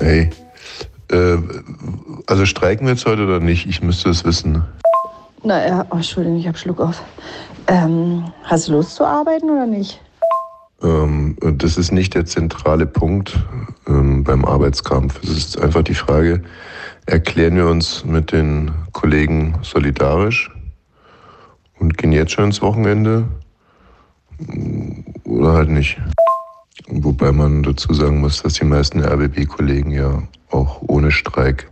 Hey. Äh, also streiken wir jetzt heute oder nicht? Ich müsste es wissen. Na, äh, oh, Entschuldigung, ich hab Schluck auf. Ähm, hast du Lust zu arbeiten oder nicht? Ähm, und das ist nicht der zentrale Punkt ähm, beim Arbeitskampf. Es ist einfach die Frage, erklären wir uns mit den Kollegen solidarisch und gehen jetzt schon ins Wochenende oder halt nicht. Wobei man dazu sagen muss, dass die meisten RBB-Kollegen ja auch ohne Streik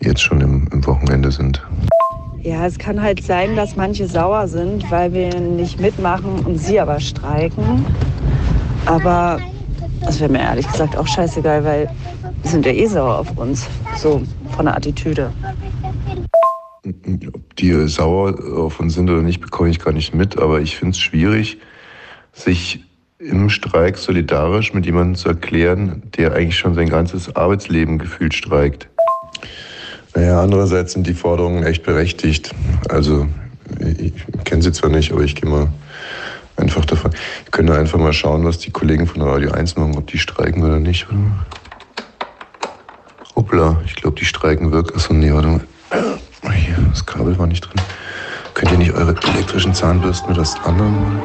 jetzt schon im, im Wochenende sind. Ja, es kann halt sein, dass manche sauer sind, weil wir nicht mitmachen und sie aber streiken. Aber das wäre mir ehrlich gesagt auch scheißegal, weil sie sind ja eh sauer auf uns. So von der Attitüde. Ob die sauer auf uns sind oder nicht, bekomme ich gar nicht mit. Aber ich finde es schwierig, sich im Streik solidarisch mit jemandem zu erklären, der eigentlich schon sein ganzes Arbeitsleben gefühlt streikt. Naja, andererseits sind die Forderungen echt berechtigt. Also, ich kenne sie zwar nicht, aber ich gehe mal einfach davon. Ich könnte einfach mal schauen, was die Kollegen von Radio 1 machen, ob die streiken oder nicht. Warte mal. Hoppla, ich glaube, die streiken wirklich. Achso, nee, warte mal. Oh, Hier, das Kabel war nicht drin. Könnt ihr nicht eure elektrischen Zahnbürsten mit das andere mal?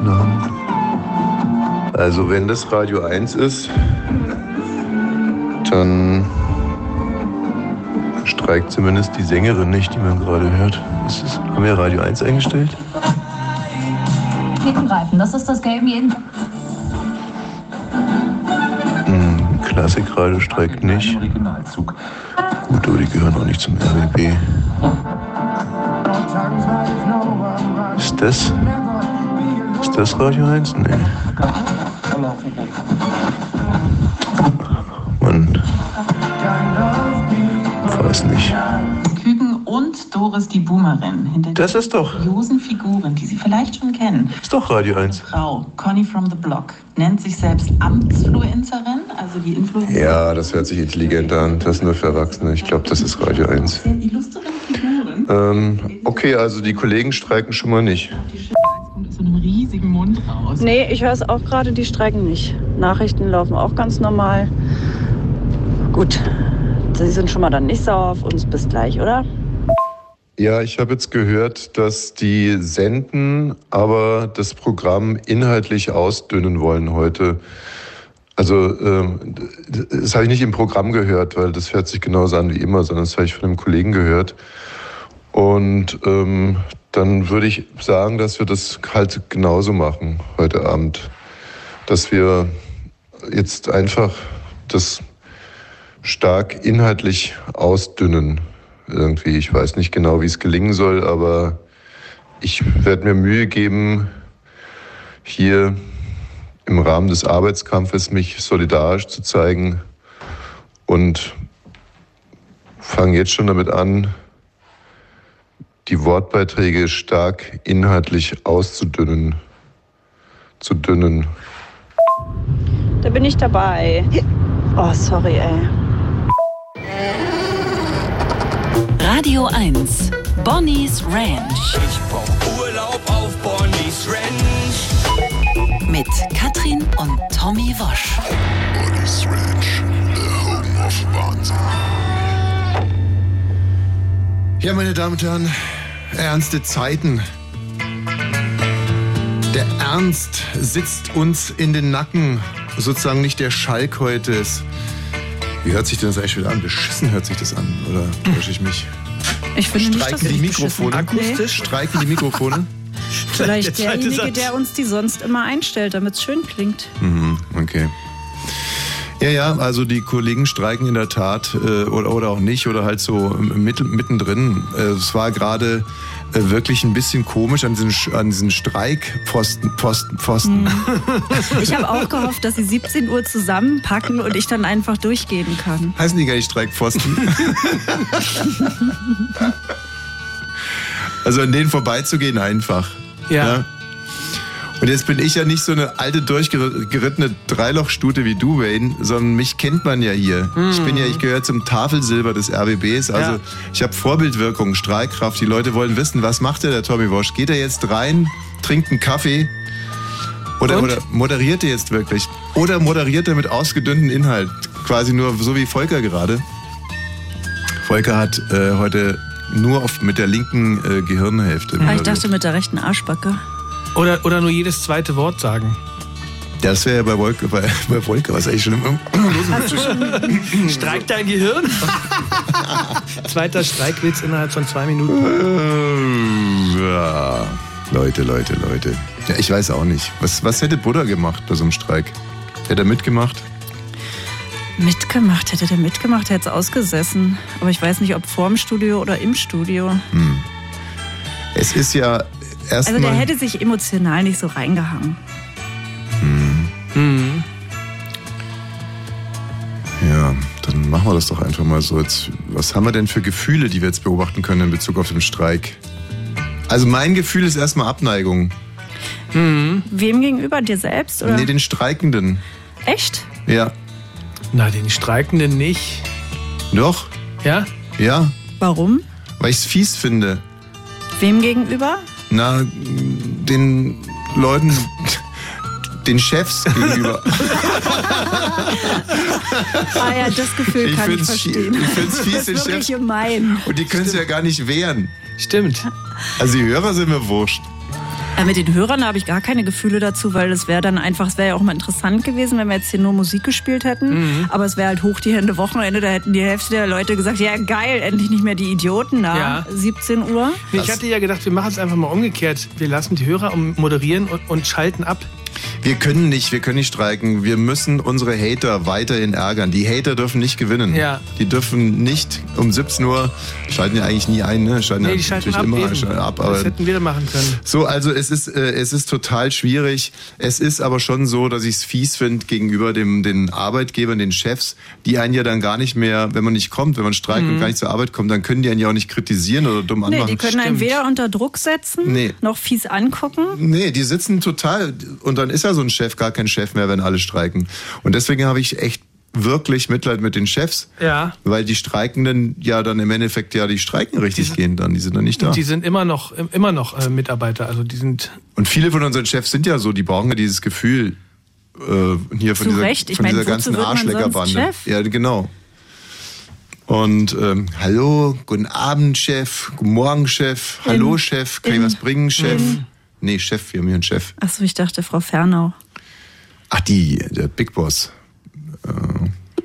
Genau. Also, wenn das Radio 1 ist, dann streikt zumindest die Sängerin nicht, die man gerade hört. Ist das, haben wir Radio 1 eingestellt? Hintenreifen, das ist das Game jeden. Hm, Klassikradio streikt nicht. Regionalzug. Gut, aber die gehören auch nicht zum RBB. Ist das? Ist das Radio 1? Nee. Man weiß nicht. Küken und Doris die Boomerin hinter Das ist doch, kuriosen Figuren, die Sie vielleicht schon kennen. ist doch Radio 1. Frau Conny from the Block nennt sich selbst Amtsfluencerin, also die Influencerin. Ja, das hört sich intelligenter an. Das ist nur für Erwachsene. Ich glaube, das ist Radio 1. Sehr illustren Figuren. Ähm, okay, also die Kollegen streiken schon mal nicht. Die Schildkröte kommt aus einem riesigen Mund raus. Nee, ich höre es auch gerade, die streiken nicht. Nachrichten laufen auch ganz normal. Gut, sie sind schon mal dann nicht sauer auf uns. Bis gleich, oder? Ja, ich habe jetzt gehört, dass die senden, aber das Programm inhaltlich ausdünnen wollen heute. Also ähm, d- d- das habe ich nicht im Programm gehört, weil das hört sich genauso an wie immer, sondern das habe ich von einem Kollegen gehört. Und ähm, dann würde ich sagen, dass wir das halt genauso machen heute Abend. Dass wir jetzt einfach das stark inhaltlich ausdünnen. Irgendwie, ich weiß nicht genau, wie es gelingen soll, aber ich werde mir Mühe geben, hier im Rahmen des Arbeitskampfes mich solidarisch zu zeigen und fange jetzt schon damit an, die Wortbeiträge stark inhaltlich auszudünnen. Zu dünnen. Da bin ich dabei. Oh, sorry, ey. Radio 1. Bonnie's Ranch Ich brauch Urlaub auf Bonnie's Ranch. mit Katrin und Tommy Wosch. Bonnie's Ranch, the home of Wahnsinn. Ja, meine Damen und Herren, ernste Zeiten. Der Ernst sitzt uns in den Nacken. Sozusagen nicht der Schalk heute ist. Wie hört sich denn das eigentlich wieder an? Beschissen hört sich das an, oder täusche ich mich? Ich finde nicht, dass Streiken die ich beschissen Mikrofone. bin. Nee, Streiken die Mikrofone. vielleicht Der zweite derjenige, Satz. der uns die sonst immer einstellt, damit es schön klingt. Mhm, okay. Ja, ja, also die Kollegen streiken in der Tat äh, oder, oder auch nicht oder halt so mittel, mittendrin. Äh, es war gerade äh, wirklich ein bisschen komisch an diesen, Sch- an diesen Streikposten, Posten, Posten. Ich habe auch gehofft, dass sie 17 Uhr zusammenpacken und ich dann einfach durchgehen kann. Heißen die gar nicht Streikpfosten? also an denen vorbeizugehen einfach. Ja. Ne? Und jetzt bin ich ja nicht so eine alte, durchgerittene Dreilochstute wie du, Wayne, sondern mich kennt man ja hier. Ich bin ja, ich gehöre zum Tafelsilber des RBBs. Also Ja. ich habe Vorbildwirkung, Strahlkraft. Die Leute wollen wissen, was macht der, der Tommy Walsh? Geht er jetzt rein, trinkt einen Kaffee Oder, Und? oder moderierte jetzt wirklich. Oder moderierte mit ausgedünnten Inhalt. Quasi nur so wie Volker gerade. Volker hat äh, heute nur auf, mit der linken äh, Gehirnhälfte. Ah, ich dachte mit der rechten Arschbacke. Oder, oder nur jedes zweite Wort sagen. das wäre ja bei Volker, bei, bei Volker was echt schlimm. Streik dein Gehirn. Zweiter Streikwitz innerhalb von zwei Minuten. Ähm, ja. Leute, Leute, Leute. Ja, ich weiß auch nicht. Was, was hätte Buddha gemacht bei so einem Streik? Hätte er mitgemacht? Mitgemacht, hätte der mitgemacht, hätte es ausgesessen. Aber ich weiß nicht, ob vorm Studio oder im Studio. Es ist ja Also erstmal. der hätte sich emotional nicht so reingehangen. ja, dann machen wir das doch einfach mal so. Jetzt, was haben wir denn für Gefühle, die wir jetzt beobachten können in Bezug auf den Streik? Also mein Gefühl ist erstmal Abneigung. Wem gegenüber? Dir selbst? Oder? Nee, den Streikenden. Echt? Ja. Na, den Streikenden nicht. Doch? Ja? Ja. Warum? Weil ich es fies finde. Wem gegenüber? Na, den Leuten, den Chefs gegenüber. Ah ja, das Gefühl kann ich find's schie- verstehen. ich find's fies, das den ist wirklich Chef. gemein. Und die können es ja gar nicht wehren. Stimmt. Also die Hörer sind mir wurscht. Ja, Äh, mit den Hörern habe ich gar keine Gefühle dazu, weil das wäre dann einfach, es wäre ja auch mal interessant gewesen, wenn wir jetzt hier nur Musik gespielt hätten. Aber es wäre halt hoch die Hände Wochenende, da hätten die Hälfte der Leute gesagt, ja geil, endlich nicht mehr die Idioten da. Ja. 17 Uhr. Nee, Ich hatte ja gedacht, wir machen es einfach mal umgekehrt. Wir lassen die Hörer um- moderieren und, und schalten ab. Wir können nicht, wir können nicht streiken. Wir müssen unsere Hater weiterhin ärgern. Die Hater dürfen nicht gewinnen. Ja. Die dürfen nicht um 17 Uhr, schalten ja eigentlich nie ein, ne? Schalten Nee, ja die schalten ab. natürlich immer eben. schalten ab. das Aber hätten wir machen können. so, also es ist, äh, es ist total schwierig. Es ist aber schon so, dass ich es fies finde gegenüber dem, den Arbeitgebern, den Chefs, die einen ja dann gar nicht mehr, wenn man nicht kommt, wenn man streikt und gar nicht zur Arbeit kommt, dann können die einen ja auch nicht kritisieren oder dumm Nee, anmachen. die können einen weder unter Druck setzen, Nee. noch fies angucken. Nee, die sitzen total. Und dann ist ja so ein Chef gar kein Chef mehr, wenn alle streiken. Und deswegen habe ich echt wirklich Mitleid mit den Chefs. Ja. Weil die Streikenden ja dann im Endeffekt ja die Streiken richtig gehen dann. Die sind dann nicht da. Und die sind immer noch, immer noch äh, Mitarbeiter. Also die sind. Und viele von unseren Chefs sind ja so, die brauchen ja dieses Gefühl äh, hier von Zu dieser, Recht. Ich von meine, dieser ganzen wozu wird man sonst Arschleckerbande. Chef? Ja, genau. Und ähm, hallo, guten Abend, Chef, guten Morgen, Chef, hallo, Chef, kann ich was bringen, Chef? Nee, Chef, wir haben hier einen Chef. Achso, ich dachte, Frau Fernau. Ach, die, der Big Boss. Äh,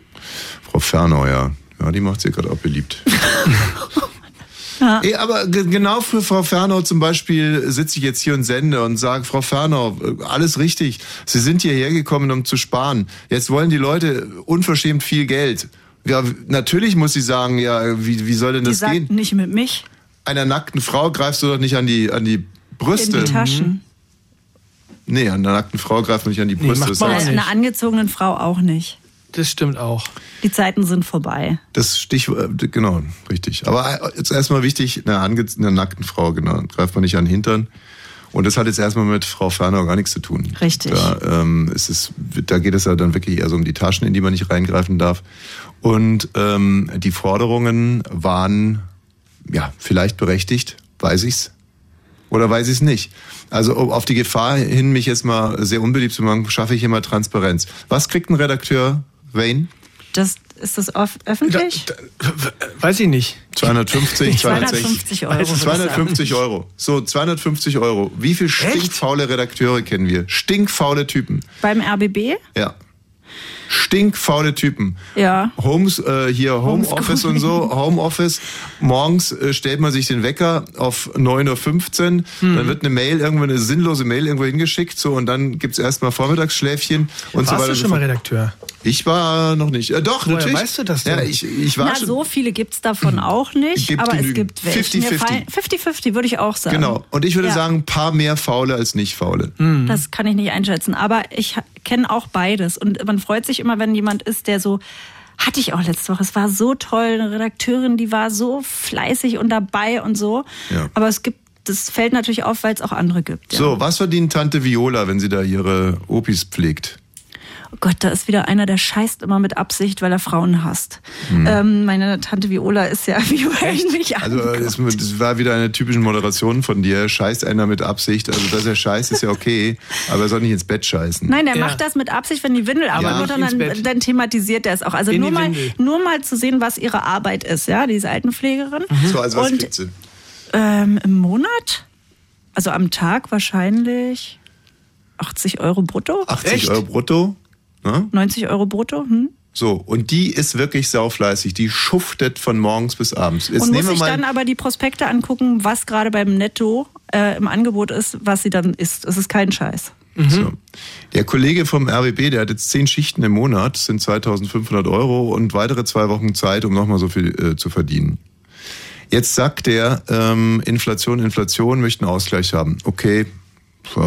Frau Fernau, ja. Ja, die macht sich gerade auch beliebt. Ey, aber ge- genau für Frau Fernau zum Beispiel sitze ich jetzt hier und sende und sage, Frau Fernau, äh, alles richtig. Sie sind hierher gekommen, um zu sparen. Jetzt wollen die Leute unverschämt viel Geld. Ja, w- natürlich muss sie sagen, ja, wie, wie soll denn Die das sagt gehen? nicht mit mich Einer nackten Frau greifst du doch nicht an die, an die in Brüste. die Mhm. Taschen. Nee, an einer nackten Frau greift man nicht an die Brüste. macht Das man sagt- Auch Einer nicht. Äh, angezogenen Frau auch nicht. Das stimmt auch. Die Zeiten sind vorbei. Das Stichwort, äh, genau, richtig. Aber äh, jetzt erstmal wichtig, eine, ange eine nackten Frau, genau, greift man nicht an den Hintern. Und das hat jetzt erstmal mit Frau Fernau gar nichts zu tun. Richtig. Da, ähm, ist es, da geht es ja dann wirklich eher so um die Taschen, in die man nicht reingreifen darf. Und ähm, die Forderungen waren, ja, vielleicht berechtigt, weiß ich's. Oder weiß ich es nicht? Also um auf die Gefahr hin, mich jetzt mal sehr unbeliebt zu machen, schaffe ich hier mal Transparenz. Was kriegt ein Redakteur, Wayne? Das, ist das oft öffentlich? Da- da- Weiß ich nicht. 250, 250 Euro, würde ich sagen. 250 Euro. So, 250 Euro. Wie viele stinkfaule Redakteure kennen wir? Stinkfaule Typen. Beim RBB? Ja. Stinkfaule Typen. Ja. Homes, äh, hier Homeoffice und so, Homeoffice. Morgens äh, stellt man sich den Wecker auf 9.15 Uhr, Hm. dann wird eine Mail, irgendwo eine sinnlose Mail irgendwo hingeschickt, so, und dann gibt's erstmal Vormittagsschläfchen und Warst so weiter. du und so schon mal fort. Redakteur? ich war noch nicht. Äh, doch, Woher natürlich. weißt du das denn? Ja, ich, ich war Na, schon. so viele gibt es davon auch nicht, Hm. Gibt aber es genügend. gibt welche. 50-50. Mir fallen- 50-50 würde ich auch sagen. Genau. Und ich würde Ja, sagen, ein paar mehr Faule als nicht Faule. Das kann ich nicht einschätzen, aber ich ha- kenne auch beides. Und man freut sich immer, wenn jemand ist, der so, hatte ich auch letzte Woche, es war so toll, eine Redakteurin, die war so fleißig und dabei und so. Ja. Aber es gibt, das fällt natürlich auf, weil es auch andere gibt. Ja. So, was verdient Tante Viola, wenn sie da ihre Opis pflegt? oh Gott, da ist wieder einer, der scheißt immer mit Absicht, weil er Frauen hasst. Ähm, meine Tante Viola ist ja wie eigentlich Hm. Also äh, das, das war wieder eine typische Moderation von dir. Scheißt einer mit Absicht. Also dass er scheißt, ist ja okay, aber er soll nicht ins Bett scheißen. Nein, er Ja. macht das mit Absicht, wenn die Windel aber wird, Ins dann, Bett. dann, dann thematisiert er es auch. Also In nur die mal, Windel. nur mal zu sehen, was ihre Arbeit ist, ja, diese Altenpflegerin. So, also was Und kriegt sie? ähm, im Monat, also am Tag wahrscheinlich 80 Euro brutto, 80 Echt? Euro brutto. Ne? 90 Euro brutto. Hm? So, und die ist wirklich saufleißig. Die schuftet von morgens bis abends. Jetzt Und muss nehmen wir sich mal, dann aber die Prospekte angucken, was gerade beim Netto äh, im Angebot ist, was sie dann isst. Es ist kein Scheiß. So. Der Kollege vom RBB, der hat jetzt zehn Schichten im Monat, das sind 2500 Euro und weitere zwei Wochen Zeit, um nochmal so viel äh, zu verdienen. Jetzt sagt der, ähm, Inflation, Inflation, möchten Ausgleich haben. Okay, so.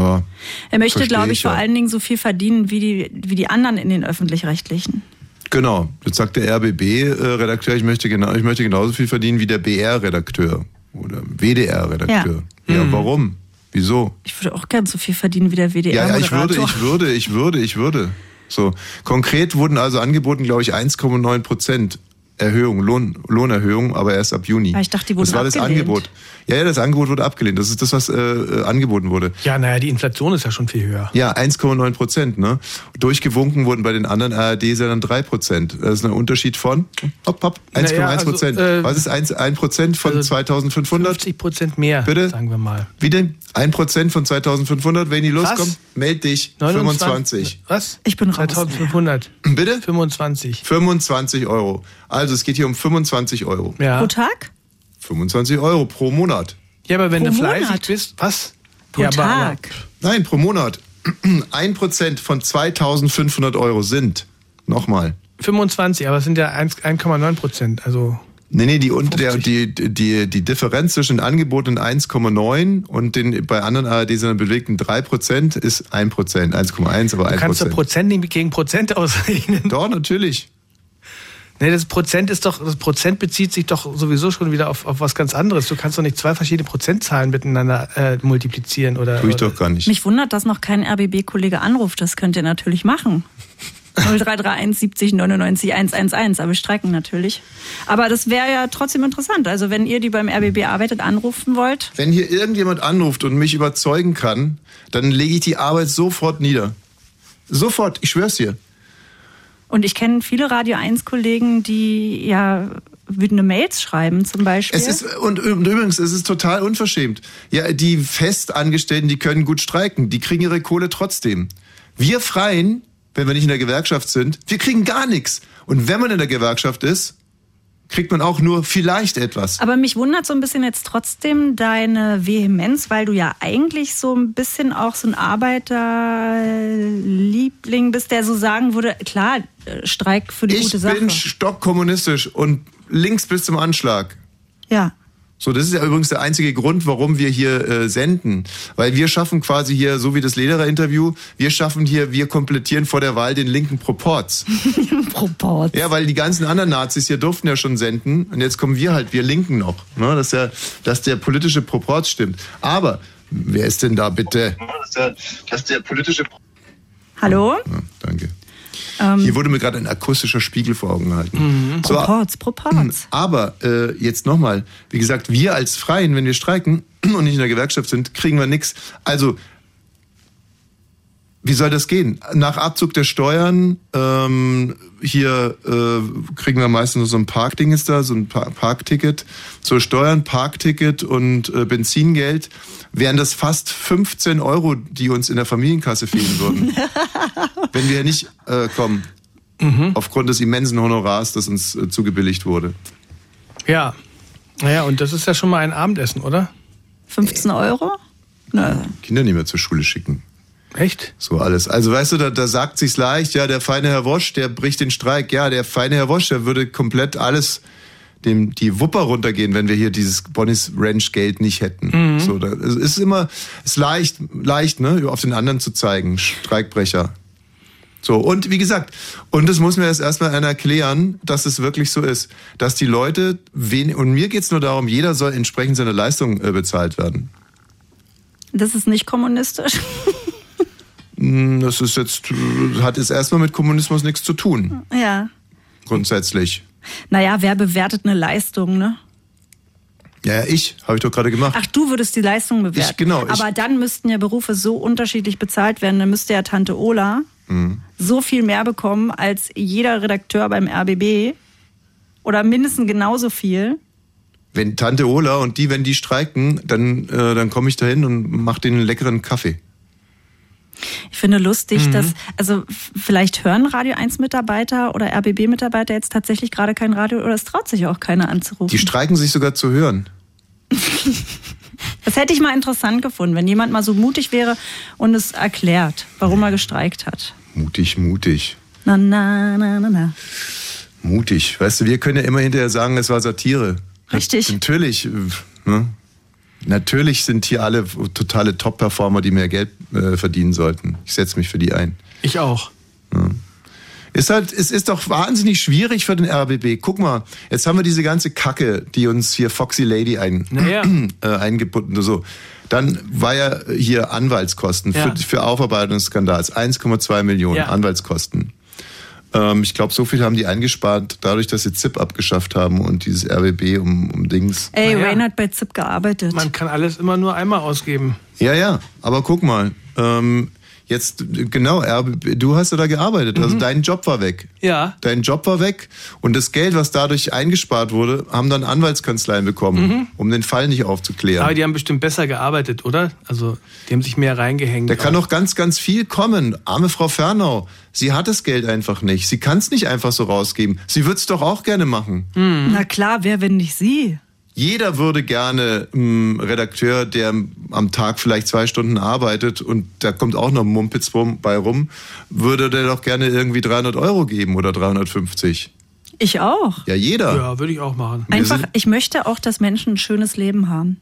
Er möchte, Verstehe glaube ich, ich, vor ja. allen Dingen so viel verdienen wie die, wie die anderen in den öffentlich-rechtlichen. genau. Jetzt sagt der RBB-Redakteur, äh, ich, möchte genau, ich möchte genauso viel verdienen wie der BR-Redakteur oder WDR-Redakteur. Ja, warum? Wieso? Ich würde auch gern so viel verdienen wie der Ja, ja, ich würde, WDR-Moderator. ich würde, ich würde, ich würde. So. Konkret wurden also angeboten, glaube ich, 1,9 Prozent Erhöhung, Lohn, Lohnerhöhung, aber erst ab Juni. Ja, Ah, ich dachte, die wurden Das war das abgelehnt. Angebot. Ja, ja, das Angebot wurde abgelehnt. Das ist das, was äh, äh, angeboten wurde. Ja, naja, die Inflation ist ja schon viel höher. Ja, 1,9 Prozent, ne? Durchgewunken wurden bei den anderen ARD-Sendern 3 Prozent. Das ist ein Unterschied von, hopp, hopp, 1,1 Naja, also, Prozent. äh, was ist 1, 1 Prozent von also 2500? 50 Prozent mehr, Bitte? sagen wir mal. Wie denn? 1 Prozent von 2500? Wenn die Was? loskommt, meld dich. 25. Was? Ich bin raus. 2500. Bitte? 25. 25 Euro. Also es geht hier um 25 Euro. Ja. Pro Tag? 25 Euro pro Monat. ja, aber wenn Pro du fleißig Monat? bist, was? Pro ja, aber- Tag. Nein, pro Monat. 1% von 2500 Euro sind, nochmal, Aber 25, aber es sind ja 1 1,9 Prozent. Also, Nee, nee, die, und der, 50. die, die, die Differenz zwischen den angebotenen 1,9 und den bei anderen ARD-Sendern bewegten 3% ist 1%. 1,1, aber du kannst doch 1%. Prozent nicht gegen Prozent ausrechnen. Doch, natürlich. Nee, das Prozent ist doch, das Prozent bezieht sich doch sowieso schon wieder auf, auf was ganz anderes. Du kannst doch nicht zwei verschiedene Prozentzahlen miteinander äh, multiplizieren oder. Tue ich oder- doch gar nicht. Mich wundert, dass noch kein RBB-Kollege anruft. Das könnt ihr natürlich machen. 0331 70 99 111. Aber wir streiken natürlich. Aber das wäre ja trotzdem interessant. Also wenn ihr, die beim RBB arbeitet, anrufen wollt. Wenn hier irgendjemand anruft und mich überzeugen kann, dann lege ich die Arbeit sofort nieder. Sofort, ich schwör's dir. Und ich kenne viele Radio 1-Kollegen, die ja wütende Mails schreiben zum Beispiel. Es ist, und, und übrigens, es ist total unverschämt. Ja, die Festangestellten, die können gut streiken. Die kriegen ihre Kohle trotzdem. Wir Freien, wenn wir nicht in der Gewerkschaft sind, wir kriegen gar nichts. Und wenn man in der Gewerkschaft ist, kriegt man auch nur vielleicht etwas. Aber mich wundert so ein bisschen jetzt trotzdem deine Vehemenz, weil du ja eigentlich so ein bisschen auch so ein Arbeiterliebling bist, der so sagen würde, klar, äh, Streik für die ich gute Sache. bin stockkommunistisch und links bis zum Anschlag. ja. So, das ist ja übrigens der einzige Grund, warum wir hier äh, senden. Weil wir schaffen quasi hier, so wie das Lederer-Interview, wir schaffen hier, wir komplettieren vor der Wahl den linken Proporz. Proport. Ja, weil die ganzen anderen Nazis hier durften ja schon senden und jetzt kommen wir halt, wir Linken noch, ne? dass, der, dass der politische Proporz stimmt. Aber wer ist denn da bitte? Dass der, politische Hallo? ja, Danke. hier wurde mir gerade ein akustischer Spiegel vor Augen gehalten. So, Proports, Hm. Proports. aber äh, jetzt nochmal, wie gesagt, wir als Freien, wenn wir streiken und nicht in der Gewerkschaft sind, kriegen wir nichts. Also, wie soll das gehen? Nach Abzug der Steuern, ähm, hier äh, kriegen wir meistens so ein Parkding ist da, so ein Pa- Parkticket. So Steuern, Parkticket und äh, Benzingeld wären das fast 15 Euro, die uns in der Familienkasse fehlen würden. wenn wir nicht äh, kommen. Aufgrund des immensen Honorars, das uns äh, zugebilligt wurde. Ja. Naja, und das ist ja schon mal ein Abendessen, oder? 15 Euro? Nö. Kinder nicht mehr zur Schule schicken. Echt? So alles. Also weißt du, da, da sagt sich's leicht, ja, der feine Herr Wosch, der bricht den Streik. Ja, der feine Herr Wosch, der würde komplett alles dem die Wupper runtergehen, wenn wir hier dieses Bonnie's Ranch Geld nicht hätten. So, da, es ist immer es ist leicht leicht, ne, auf den anderen zu zeigen, Streikbrecher. So, und wie gesagt, und das muss mir jetzt erstmal einer erklären, dass es wirklich so ist, dass die Leute, wen, und mir geht's nur darum, jeder soll entsprechend seine Leistung äh, bezahlt werden. Das ist nicht kommunistisch. mh, das ist jetzt, äh, hat jetzt erstmal mit Kommunismus nichts zu tun, Ja. grundsätzlich. Naja, wer bewertet eine Leistung, ne? Ja, ja, ich, habe ich doch gerade gemacht. Ach, du würdest die Leistung bewerten. Ich- genau, ich- Aber dann müssten ja Berufe so unterschiedlich bezahlt werden. Dann müsste ja Tante Ola Mhm. so viel mehr bekommen als jeder Redakteur beim RBB. Oder mindestens genauso viel. Wenn Tante Ola und die, wenn die streiken, dann, äh, dann komme ich da hin und mache denen einen leckeren Kaffee. Ich finde lustig, Mhm. dass, also f- vielleicht hören Radio 1 Mitarbeiter oder RBB Mitarbeiter jetzt tatsächlich gerade kein Radio oder es traut sich auch keiner anzurufen. Die streiken sich sogar zu hören. Das hätte ich mal interessant gefunden, wenn jemand mal so mutig wäre und es erklärt, warum er gestreikt hat. Mutig, mutig. Na, na, na, na, na. Mutig. Weißt du, wir können ja immer hinterher sagen, es war Satire. Richtig. Na- Natürlich. äh, Ne? Natürlich sind hier alle totale Top-Performer, die mehr Geld äh, verdienen sollten. Ich setze mich für die ein. Ich auch. Ist halt, es ist doch wahnsinnig schwierig für den RBB. Guck mal, jetzt haben wir diese ganze Kacke, die uns hier Foxy Lady ein, Naja. äh, eingebunden so. Dann war ja hier Anwaltskosten Ja. für, für Aufarbeitung des Skandals. 1,2 Millionen Ja. Anwaltskosten. Ähm, ich glaube, so viel haben die eingespart, dadurch, dass sie ZIP abgeschafft haben und dieses RBB um, um Dings. Ey, Na ja. Rain hat bei ZIP gearbeitet. Man kann alles immer nur einmal ausgeben. Ja, ja, aber guck mal. Ähm, jetzt, genau, RBB, du hast ja da gearbeitet, also dein Job war weg. Mhm. Ja. Dein Job war weg und das Geld, was dadurch eingespart wurde, haben dann Anwaltskanzleien bekommen, um den Fall nicht aufzuklären. Mhm. Aber die haben bestimmt besser gearbeitet, oder? Also, die haben sich mehr reingehängt. da kann noch ganz, ganz viel kommen. Arme Frau Fernau, sie hat das Geld einfach nicht. Sie kann es nicht einfach so rausgeben. Sie würde es doch auch gerne machen. Na klar, wer wenn nicht sie? Jeder würde gerne einen Redakteur, der am Tag vielleicht zwei Stunden arbeitet und da kommt auch noch ein Mumpitz rum- bei rum, würde der doch gerne irgendwie 300 Euro geben oder 350. Ich auch. Ja, jeder. Ja, würde ich auch machen. Wir Einfach, sind- ich möchte auch, dass Menschen ein schönes Leben haben.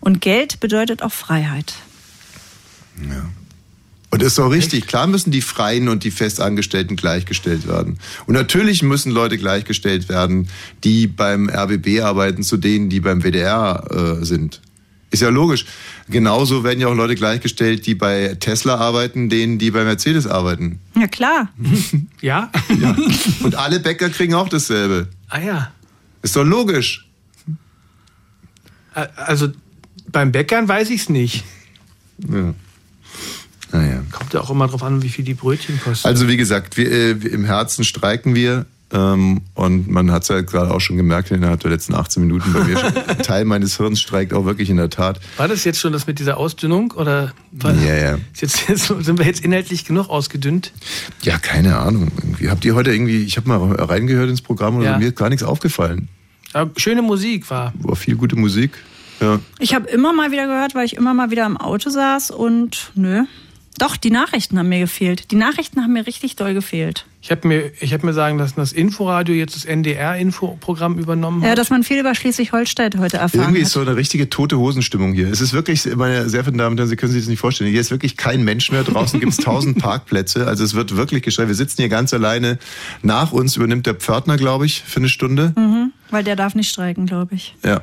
Und Geld bedeutet auch Freiheit. Und ist doch richtig. Klar müssen die Freien und die Festangestellten gleichgestellt werden. Und natürlich müssen Leute gleichgestellt werden, die beim RBB arbeiten, zu denen, die beim WDR äh, sind. Ist ja logisch. Genauso werden ja auch Leute gleichgestellt, die bei Tesla arbeiten, denen, die bei Mercedes arbeiten. Ja klar. Mhm. Ja? Und alle Bäcker kriegen auch dasselbe. ah ja. Ist doch logisch. Ä- Also, beim Bäckern weiß ich es nicht. Ja. Naja. Kommt ja auch immer drauf an, wie viel die Brötchen kosten. Also wie gesagt, wir, äh, wir- im Herzen streiken wir. Ähm, und man hat es ja gerade auch schon gemerkt innerhalb der letzten 18 Minuten bei mir. schon, ein Teil meines Hirns streikt auch wirklich in der Tat. War das jetzt schon das mit dieser Ausdünnung? Oder war, Ja, ja. Ist Jetzt, jetzt sind wir jetzt inhaltlich genug ausgedünnt. Ja, keine Ahnung. Irgendwie. Habt ihr heute irgendwie, ich habe mal reingehört ins Programm und Ja. mir ist gar nichts aufgefallen. Ja, schöne Musik war. War viel gute Musik. Ja. Ich habe immer mal wieder gehört, weil ich immer mal wieder im Auto saß und nö. Doch, die Nachrichten haben mir gefehlt. Die Nachrichten haben mir richtig doll gefehlt. Ich habe mir, ich hab mir sagen lassen, dass Inforadio jetzt das NDR-Infoprogramm übernommen Ja, hat. dass man viel über Schleswig-Holstein heute erfahren Mhm. Irgendwie ist hat. so eine richtige tote Hosenstimmung hier. Es ist wirklich, meine sehr verehrten Damen und Herren, Sie können sich das nicht vorstellen. Hier ist wirklich kein Mensch mehr. Draußen gibt es tausend Parkplätze. Also es wird wirklich geschreit. Wir sitzen hier ganz alleine. Nach uns übernimmt der Pförtner, glaube ich, für eine Stunde. Mhm. Weil der darf nicht streiken, glaube ich. Ja.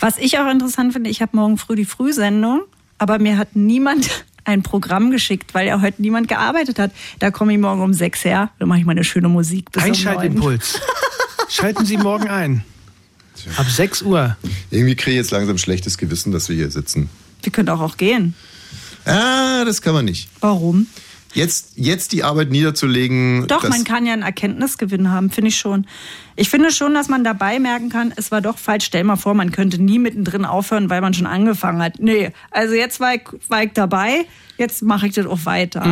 Was ich auch interessant finde, ich habe morgen früh die Frühsendung, aber mir hat niemand ein Programm geschickt, weil ja heute niemand gearbeitet hat. Da komme ich morgen um sechs her, dann mache ich mal eine schöne Musik. Bis um neun. Einschaltimpuls. Schalten Sie morgen ein. Ab 6 Uhr. Irgendwie kriege ich jetzt langsam schlechtes Gewissen, dass wir hier sitzen. Wir können auch, auch gehen. Ah, das kann man nicht. Warum? Jetzt, jetzt die Arbeit niederzulegen. Doch, das, man kann ja einen Erkenntnisgewinn haben, finde ich schon. Ich finde schon, dass man dabei merken kann, es war doch falsch. Stell mal vor, man könnte nie mittendrin aufhören, weil man schon angefangen hat. Nee, also jetzt war ich, war ich dabei, jetzt mache ich das auch weiter.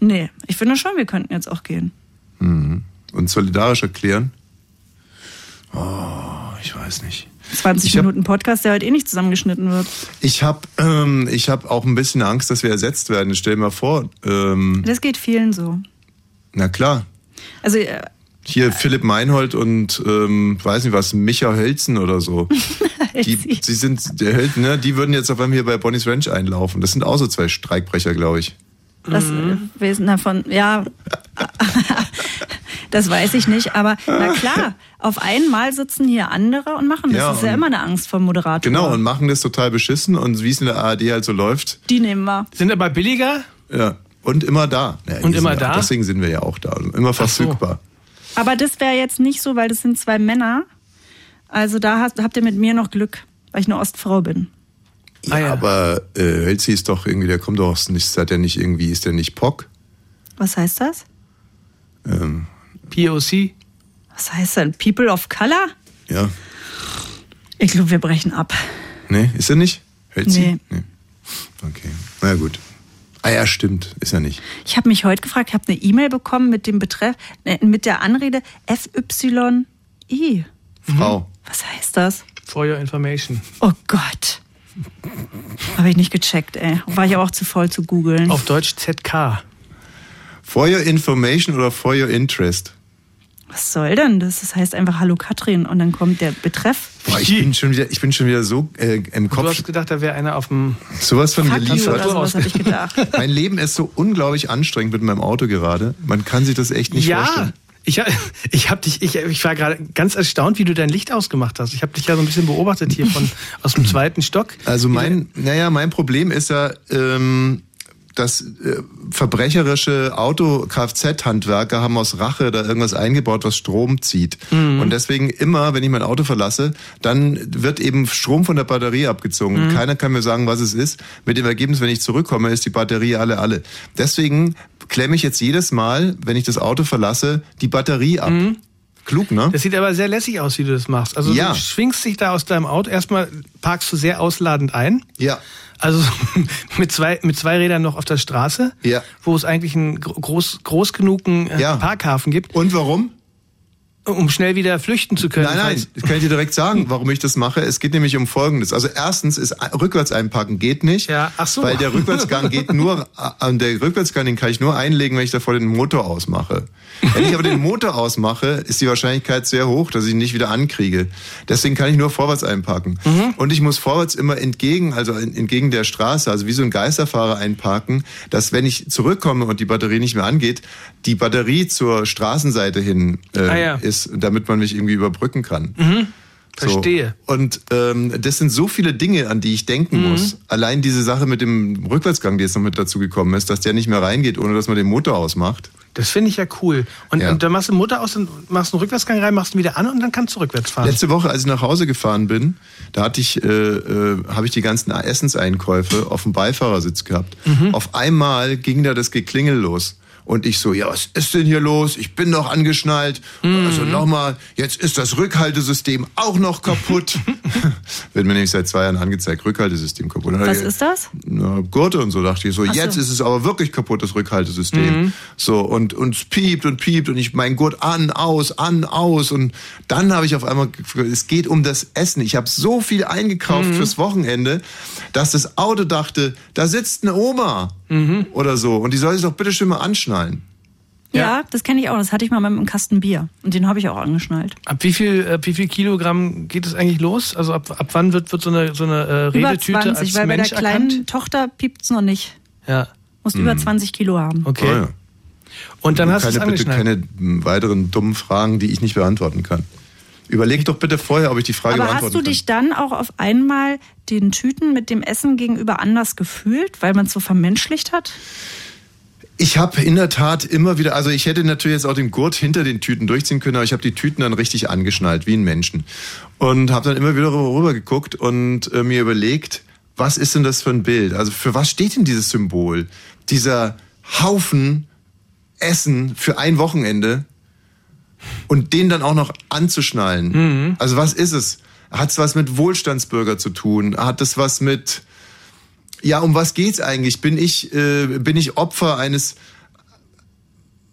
Nee, ich finde schon, wir könnten jetzt auch gehen. Und solidarisch erklären. Oh, ich weiß nicht. 20 Ich hab- Minuten Podcast, der heute eh nicht zusammengeschnitten wird. Ich habe ähm, ich hab auch ein bisschen Angst, dass wir ersetzt werden. Stell dir mal vor, ähm, Das geht vielen so. na klar, Also äh, Hier Philipp Meinhold und ähm, weiß nicht was, Micha Hölzen oder so. Die, Hölzi. sie sind, der Hölz, ne, die würden jetzt auf einmal hier bei Bonnie's Ranch einlaufen. Das sind auch so zwei Streikbrecher, glaube ich. das Mhm. äh, Wesen davon, ja, das weiß ich nicht. Aber na klar, auf einmal sitzen hier andere und machen das. Ja, das ist ja und- immer eine Angst vom Moderator. Genau, und machen das total beschissen und wie es in der ARD halt so läuft. Die nehmen wir. Sind aber billiger? Ja. Und immer da. Ja, wir Und sind immer ja, da? Deswegen sind wir ja auch da. und Immer verfügbar. Aber das wäre jetzt nicht so, weil das sind zwei Männer. Also da hast, habt ihr mit mir noch Glück, weil ich eine Ostfrau bin. Ah, ja. Aber äh, Hölzi ist doch irgendwie, der kommt doch aus nicht, hat der nicht irgendwie, ist der nicht Pock? Was heißt das? Ähm, POC? Was heißt denn? People of Color? ja. Ich glaube, wir brechen ab. Nee, ist er nicht? Hölzi? Nee. Okay. Na gut. Ah ja, stimmt. Ist er nicht. Ich habe mich heute gefragt, ich habe eine E-Mail bekommen mit dem Betreff, äh, mit der Anrede FYI. Frau. Was heißt das? For your information. Oh Gott. Habe ich nicht gecheckt, ey. War ich aber auch zu voll zu googeln. Auf Deutsch ZK. For your information oder for your interest? Was soll denn das? Das heißt einfach Hallo Katrin und dann kommt der Betreff. Boah, ich bin schon wieder, ich bin schon wieder so äh, im Du Kopf hast gedacht, da wäre einer auf dem. sowas von Fuck you oder geliefert. sowas habe ich gedacht. Mein Leben ist so unglaublich anstrengend mit meinem Auto gerade. Man kann sich das echt nicht ja! vorstellen. Ich, hab- ich hab dich, ich, ich war gerade ganz erstaunt, wie du dein Licht ausgemacht hast. Ich habe dich ja so ein bisschen beobachtet hier von aus dem zweiten Stock. Also mein, naja, mein Problem ist ja, ähm, dass äh, verbrecherische Auto-Kfz-Handwerker haben aus Rache da irgendwas eingebaut, was Strom zieht. Und deswegen immer, wenn ich mein Auto verlasse, dann wird eben Strom von der Batterie abgezogen. Keiner kann mir sagen, was es ist. Mit dem Ergebnis, wenn ich zurückkomme, ist die Batterie alle alle. Deswegen klemme ich jetzt jedes Mal, wenn ich das Auto verlasse, die Batterie ab. Klug, ne? Das sieht aber sehr lässig aus, wie du das machst. Also Ja. du schwingst dich da aus deinem Auto. Erstmal parkst du sehr ausladend ein. ja. Also mit zwei, mit zwei Rädern noch auf der Straße, Ja. wo es eigentlich einen gro- groß, groß genugen äh, Ja. Parkhafen gibt, Und warum? um schnell wieder flüchten zu können. halt Nein, nein, falls- ich kann dir direkt sagen, warum ich das mache. Es geht nämlich um Folgendes. Also erstens ist ein- rückwärts einpacken geht nicht, Ja, ach so. weil der Rückwärtsgang geht nur, äh, der Rückwärtsgang den kann ich nur einlegen, wenn ich davor den Motor ausmache. Wenn ich aber den Motor ausmache, ist die Wahrscheinlichkeit sehr hoch, dass ich ihn nicht wieder ankriege. Deswegen kann ich nur vorwärts einparken. Mhm. Und ich muss vorwärts immer entgegen, also en- entgegen der Straße, also wie so ein Geisterfahrer einparken, dass wenn ich zurückkomme und die Batterie nicht mehr angeht, die Batterie zur Straßenseite hin äh, Ah, ja. Mhm. ist, damit man mich irgendwie überbrücken kann. Verstehe. So. Und ähm, das sind so viele Dinge, an die ich Mhm. denken muss. Allein diese Sache mit dem Rückwärtsgang, die jetzt noch mit dazu gekommen ist, dass der nicht mehr reingeht, ohne dass man den Motor ausmacht. Das finde ich ja cool. Und, Ja. und dann machst du den Motor aus, dann machst du einen Rückwärtsgang rein, machst ihn wieder an und dann kannst du rückwärts fahren. Letzte Woche, als ich nach Hause gefahren bin, da hatte ich, äh, äh, habe ich die ganzen Essenseinkäufe auf dem Beifahrersitz gehabt. Mhm. Auf einmal ging da das Geklingel los. Und ich so, ja, was ist denn hier los? Ich bin noch angeschnallt. Mhm. Also nochmal, jetzt ist das Rückhaltesystem auch noch kaputt. Wird mir nämlich seit zwei Jahren angezeigt, Rückhaltesystem kaputt. Was ist das? na, Gurte und so dachte ich so, so. jetzt ist es aber wirklich kaputt, das Rückhaltesystem. Mhm. So, und und es piept und piept und ich mein Gurt an, aus, an, aus. Und dann habe ich auf einmal, ge- es geht um das Essen. Ich habe so viel eingekauft Mhm. fürs Wochenende, dass das Auto dachte, da sitzt eine Oma Mhm. oder so. Und die soll sich doch bitte schön mal anschnallen. Ja, Ja. das kenne ich auch. Das hatte ich mal mit einem Kasten Bier. Und den habe ich auch angeschnallt. Ab wie viel, ab wie viel Kilogramm geht es eigentlich los? Also ab, ab wann wird, wird so eine, so eine äh, Über Redetüte 20, als weil bei der Mensch kleinen erkannt? Mhm. Tochter piept's noch nicht. Ja, Musst über 20 Kilo haben. okay. Oh ja. Und dann hast du es keine, bitte angeschnallt. keine m, weiteren dummen Fragen, die ich nicht beantworten kann. Überleg doch bitte vorher, ob ich die Frage Aber hast beantworten du dich dann auch auf einmal den Tüten mit dem Essen gegenüber anders gefühlt, weil man es so vermenschlicht hat? Ich habe in der Tat immer wieder, also ich hätte natürlich jetzt auch den Gurt hinter den Tüten durchziehen können, aber ich habe die Tüten dann richtig angeschnallt, wie ein Menschen. Und habe dann immer wieder rüber geguckt und äh, mir überlegt, was ist denn das für ein Bild? Also für was steht denn dieses Symbol? Dieser Haufen Essen für ein Wochenende und den dann auch noch anzuschnallen. Also was ist es? Hat es was mit Wohlstandsbürger zu tun? Hat es was mit ja, um was geht's eigentlich? Bin ich, äh, bin ich Opfer eines,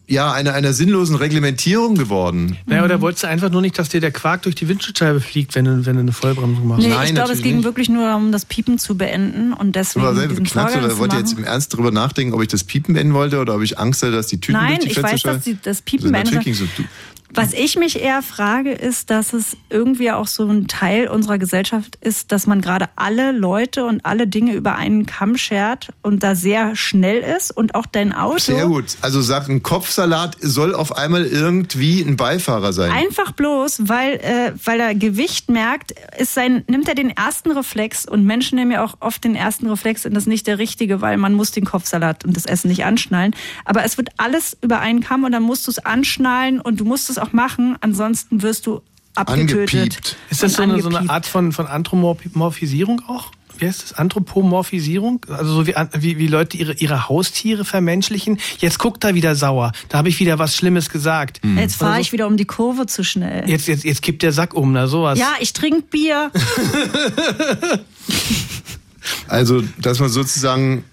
ja, einer, einer sinnlosen Reglementierung geworden? Naja, oder wolltest du einfach nur nicht, dass dir der Quark durch die Windschutzscheibe fliegt, wenn du, wenn du eine Vollbremsung machst? Nee, Nein, ich glaube, es natürlich ging nicht. wirklich nur darum, das Piepen zu beenden und deswegen Oder selber diesen geknackt Vorgang oder zu wollt ihr jetzt machen. im Ernst drüber nachdenken, ob ich das Piepen beenden wollte oder ob ich Angst hatte, dass die Tüten Nein, durch die ich Fenster weiß, schreien? dass die- das Piepen also natürlich beenden- ging so, du, Was ich mich eher frage, ist, dass es irgendwie auch so ein Teil unserer Gesellschaft ist, dass man gerade alle Leute und alle Dinge über einen Kamm schert und da sehr schnell ist und auch dein Auto Sehr gut. Also sagt, ein Kopfsalat soll auf einmal irgendwie ein Beifahrer sein. einfach bloß, weil, äh, weil er Gewicht merkt, ist sein, nimmt er den ersten Reflex und Menschen nehmen ja auch oft den ersten Reflex und das ist nicht der richtige, weil man muss den Kopfsalat und das Essen nicht anschnallen. Aber es wird alles über einen Kamm und dann musst du es anschnallen und du musst es auch machen, ansonsten wirst du abgetötet. Angepiept. Ist das und so eine, so eine angepiept. Art von, von Anthropomorphisierung auch? Wie heißt das? Anthropomorphisierung? Also so wie, an- wie, wie Leute ihre, ihre Haustiere vermenschlichen. Jetzt guckt er wieder sauer. Da habe ich wieder was Schlimmes gesagt. Hm. Jetzt fahre ich wieder um die Kurve zu schnell. Jetzt, jetzt, jetzt kippt der Sack um, na sowas. Ja, ich trinke Bier. Also, dass man sozusagen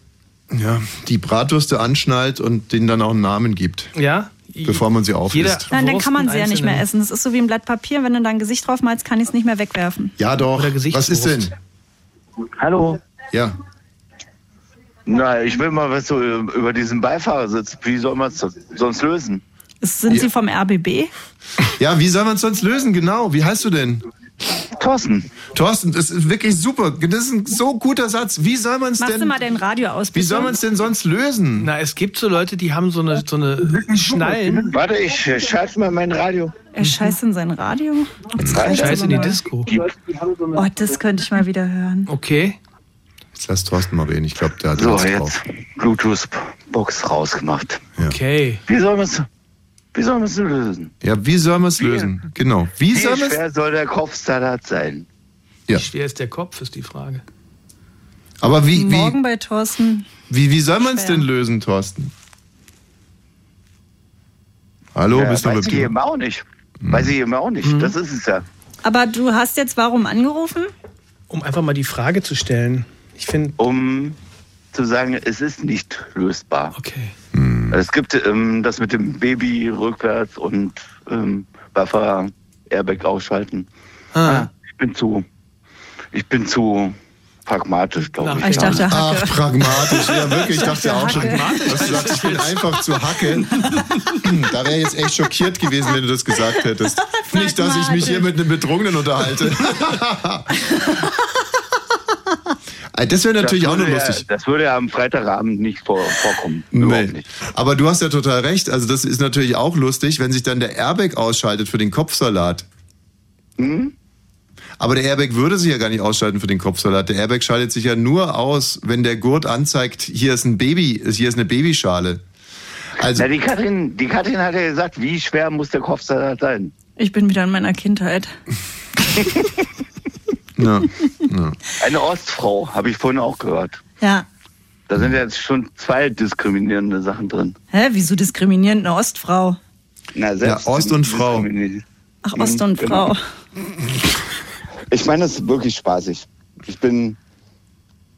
ja, die Bratwürste anschnallt und denen dann auch einen Namen gibt. ja? Bevor man sie aufisst. Jeder Nein, dann Wurst kann man einen sie ja nicht mehr einzelnen. essen. Das ist so wie ein Blatt Papier. Wenn du da ein Gesicht draufmalst, kann ich es nicht mehr wegwerfen. Ja, doch. Oder Was Gesichtswurst. ist denn? Hallo. Ja. Na, ich will mal was so äh, über diesen Beifahrersitz. Wie soll man es sonst lösen? Ist- Sind sie vom RBB? Ja, wie soll man es sonst lösen? Genau. Wie heißt du denn? Thorsten. Thorsten, das ist wirklich super. Das ist ein so guter Satz. Wie soll man es Machst du denn, mal dein Radio aus? wie bitte? soll man es denn sonst lösen? Na, es gibt so Leute, die haben so eine, so eine Schnallen. Warte, ich äh, schalte mal mein Radio. Er Mhm. scheißt in sein Radio. Scheiße in die Disco. Oh, das könnte ich mal wieder hören. Okay. Jetzt lass Thorsten mal reden. Ich glaube, der hat So, was jetzt Bluetooth-Box rausgemacht. Okay. Wie soll man es wie soll man es lösen? Ja, wie soll man es lösen? Genau. Wie Wie soll man es? schwer soll der Kopfsalat sein? Ja. Wie schwer ist der Kopf, ist die Frage. Aber wie, Morgen wie, bei Thorsten. wie, wie soll man es Schwer. denn lösen, Thorsten? Hallo, ja, bist du Hm. weiß mit ich eben auch nicht. Weiß ich eben auch nicht. Das ist es ja. Aber du hast jetzt warum angerufen? Um einfach mal die Frage zu stellen. Ich finde. Um zu sagen, es ist nicht lösbar. Okay. Es gibt ähm, das mit dem Baby rückwärts und ähm, Buffer Airbag ausschalten. Ah. Ich bin zu, ich bin zu pragmatisch, glaube Ach, ich. Ah, Ich ja. dachte, Ach, Hacke. pragmatisch. Ja, wirklich. Ich dachte auch schon, Hacke. dass du sagst, ich bin einfach zu Hacke. Da wäre ich jetzt echt schockiert gewesen, wenn du das gesagt hättest. Nicht, dass ich mich hier mit einem Betrunkenen unterhalte. Ah, Das wäre natürlich auch nur würde lustig. Ja, das würde ja am Freitagabend nicht vor, vorkommen. Nee. Überhaupt nicht. Aber du hast ja total recht. Also das ist natürlich auch lustig, wenn sich dann der Airbag ausschaltet für den Kopfsalat. Hm? Aber der Airbag würde sich ja gar nicht ausschalten für den Kopfsalat. Der Airbag schaltet sich ja nur aus, wenn der Gurt anzeigt, hier ist ein Baby, hier ist eine Babyschale. Also Na, die Katrin, die Katrin hat ja gesagt, wie schwer muss der Kopfsalat sein? Ich bin wieder in meiner Kindheit. ja, Eine Ostfrau, habe ich vorhin auch gehört. Ja. Da sind jetzt schon zwei diskriminierende Sachen drin. Hä, wieso diskriminierend eine Ostfrau? Na, selbst Ost und Frau. diskriminier- Ach, Mhm, Ost und genau. Frau. Ich meine, es ist wirklich spaßig. Ich bin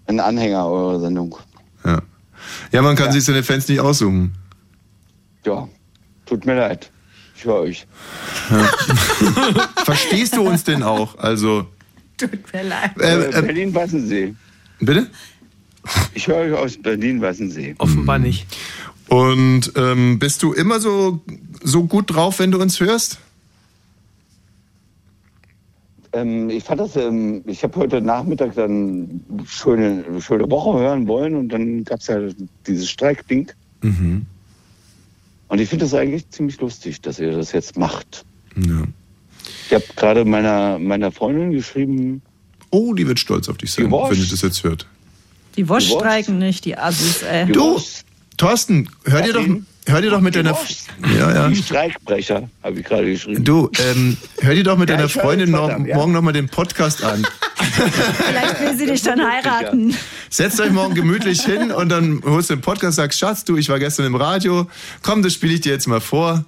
ein Anhänger eurer Sendung. ja. ja man kann sich seine Fans nicht aussuchen. Ja, tut mir leid. Ich höre euch. Verstehst du uns denn auch? Also Tut mir leid. äh, Äh, äh, Berlin-Weißensee. bitte. Ich höre euch aus Berlin-Weißensee. Hm. Offenbar nicht. Und ähm, bist du immer so so gut drauf, wenn du uns hörst? Ähm, ich fand das, ähm, ich habe heute Nachmittag dann schöne, schöne Woche hören wollen und dann gab es ja dieses Streikding. Und ich finde das eigentlich ziemlich lustig, dass ihr das jetzt macht. Ja. Ich habe gerade meiner, meiner Freundin geschrieben, Oh, die wird stolz auf dich sein, Die Wurst. wenn die das jetzt hört. Die Wosch Die Wosch? streiken nicht, die Assis, ey. Du. Du, Thorsten, hör dir doch, hör dir doch mit deiner, ja, ja. die Streikbrecher, habe ich gerade geschrieben. Du, ähm, hör dir doch mit Ja, deiner ich hör Freundin den noch, Vater, ja. morgen nochmal den Podcast an. Vielleicht will sie dich dann heiraten. Setzt euch morgen gemütlich hin und dann holst du den Podcast, sagst, Schatz, du, ich war gestern im Radio. Komm, das spiele ich dir jetzt mal vor.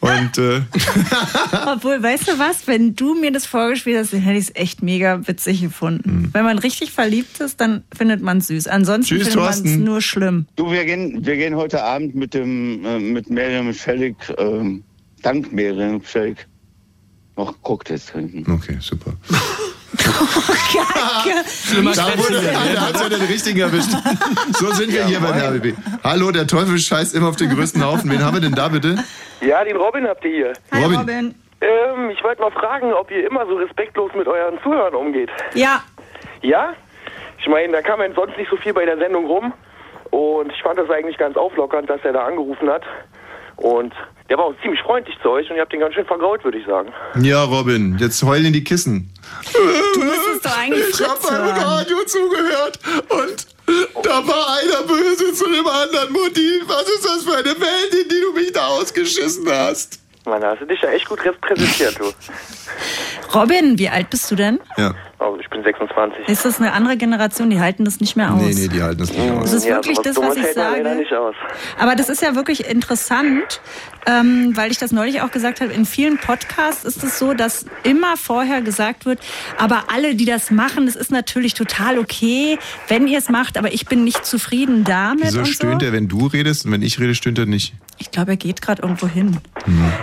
Und äh, Obwohl, weißt du was, wenn du mir das vorgespielt hast, dann hätte ich es echt mega witzig gefunden. Wenn man richtig verliebt ist, dann findet man es süß. Ansonsten Mhm. Tschüss, findet man es Thorsten. nur schlimm. Du, wir gehen, wir gehen heute Abend mit dem, äh, mit Miriam Schelik, ähm, dank Miriam Schelik, noch Cocktails trinken. okay, super. Schlimmer da wurde, ja, da hat's ja den richtigen erwischt. So sind wir hier beim RBB. Hallo, der Teufel scheißt immer auf den größten Haufen. Wen haben wir denn da bitte? Ja, den Robin habt ihr hier. Hi, Robin. Ähm, ich wollte mal fragen, ob ihr immer so respektlos mit euren Zuhörern umgeht. Ja. Ja? Ich meine, da kam ja sonst nicht so viel bei der Sendung rum. Und ich fand das eigentlich ganz auflockernd, dass er da angerufen hat. Und der war auch ziemlich freundlich zu euch und ihr habt den ganz schön vergrault, würde ich sagen. Ja, Robin, jetzt heulen in die Kissen. Du müsstest doch eigentlich Ich habe Fritz beim hören. Radio zugehört und da war einer böse zu dem anderen. Mutti, was ist das für eine Welt, in die du mich da ausgeschissen hast? Mann, da hast du dich ja echt gut repräsentiert, du. Robin, wie alt bist du denn? Ja. Oh, ich bin 26. Ist das eine andere Generation? Die halten das nicht mehr aus. Nee, nee, die halten es nicht aus. Das ist wirklich sowas das, Dummes was ich hält man leider sage. nicht aus. Aber das ist ja wirklich interessant, ähm, weil ich das neulich auch gesagt habe. In vielen Podcasts ist es so, dass immer vorher gesagt wird, aber alle, die das machen, das ist natürlich total okay, wenn ihr es macht, aber ich bin nicht zufrieden damit. Wieso und stöhnt so. er, wenn du redest und wenn ich rede, stöhnt er nicht? Ich glaube, er geht gerade irgendwo hin.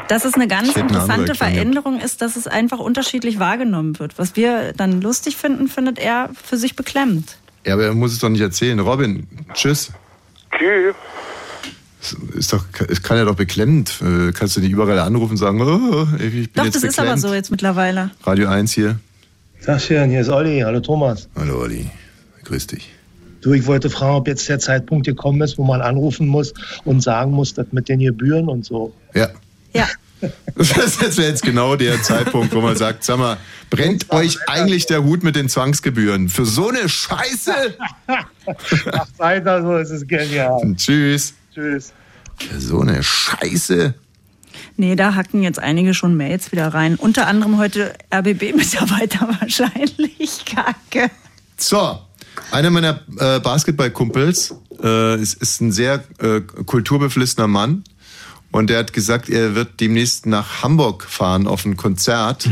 Dass es eine ganz Hm. Ich hätte eine andere interessante Erklärung Veränderung ist, dass es einfach unterschiedlich wahrgenommen wird. Was wir dann lustig finden, findet er für sich beklemmt. Ja, aber er muss es doch nicht erzählen. Robin, tschüss. Tschüss. Ist doch, es kann ja doch beklemmend. Äh, Kannst du nicht überall anrufen und sagen, oh, ich bin Doch, jetzt das ist aber beklemmt. so jetzt mittlerweile. Radio 1 hier. Sascha, hier ist Olli. Hallo Thomas. Hallo Olli, grüß dich. Du, ich wollte fragen, ob jetzt der Zeitpunkt gekommen ist, wo man anrufen muss und sagen muss, das mit den Gebühren und so. Ja. Ja. Das wäre jetzt genau der Zeitpunkt, wo man sagt, sag mal, brennt euch eigentlich der Hut mit den Zwangsgebühren? Für so eine Scheiße? Ach, weiter so, es ist genial. Tschüss. Tschüss. Für so eine Scheiße? Nee, da hacken jetzt einige schon Mails wieder rein. Unter anderem heute RBB-Mitarbeiter wahrscheinlich. Kacke. So, einer meiner äh, Basketballkumpels äh, ist, ist ein sehr äh, kulturbeflissener Mann und der hat gesagt, er wird demnächst nach Hamburg fahren auf ein Konzert.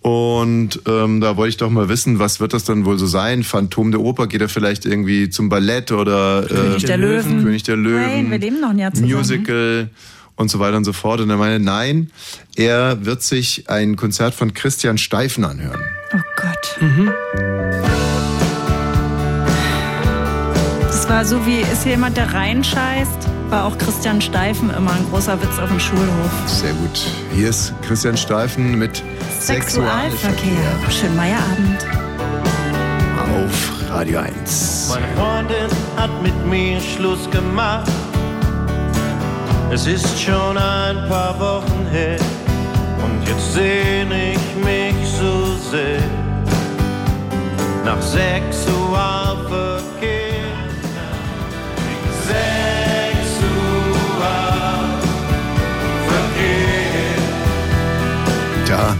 Und ähm, da wollte ich doch mal wissen, was wird das dann wohl so sein? Phantom der Oper geht er vielleicht irgendwie zum Ballett oder äh, König der Löwen. König der Löwen. Nein, wir leben noch ein Jahr zusammen. Musical und so weiter und so fort. Und er meinte, nein, er wird sich ein Konzert von Christian Steifen anhören. Oh Gott. Mhm. Das war so wie, ist hier jemand, der reinscheißt? War auch Christian Steifen immer ein großer Witz auf dem Schulhof. Sehr gut. Hier ist Christian Steifen mit Sexualverkehr Schönen Meierabend. auf Radio 1. Meine Freundin hat mit mir Schluss gemacht. Es ist schon ein paar Wochen her und jetzt sehne ich mich so sehr nach Sexualverkehr. Sexualverkehr. Ja,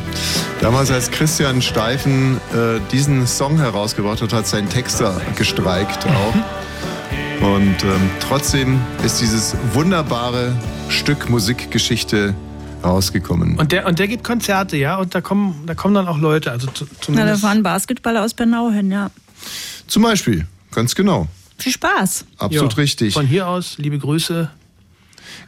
damals als Christian Steifen äh, diesen Song herausgebracht hat, hat sein Texter gestreikt Mhm. auch. Und ähm, trotzdem ist dieses wunderbare Stück Musikgeschichte rausgekommen. Und der, und der gibt Konzerte, ja, und da kommen, da kommen dann auch Leute. Also zu, Na, da zumindest. waren Basketballer aus Bernau hin, ja. Zum Beispiel, ganz genau. Viel Spaß. Absolut Ja, richtig. Von hier aus, liebe Grüße.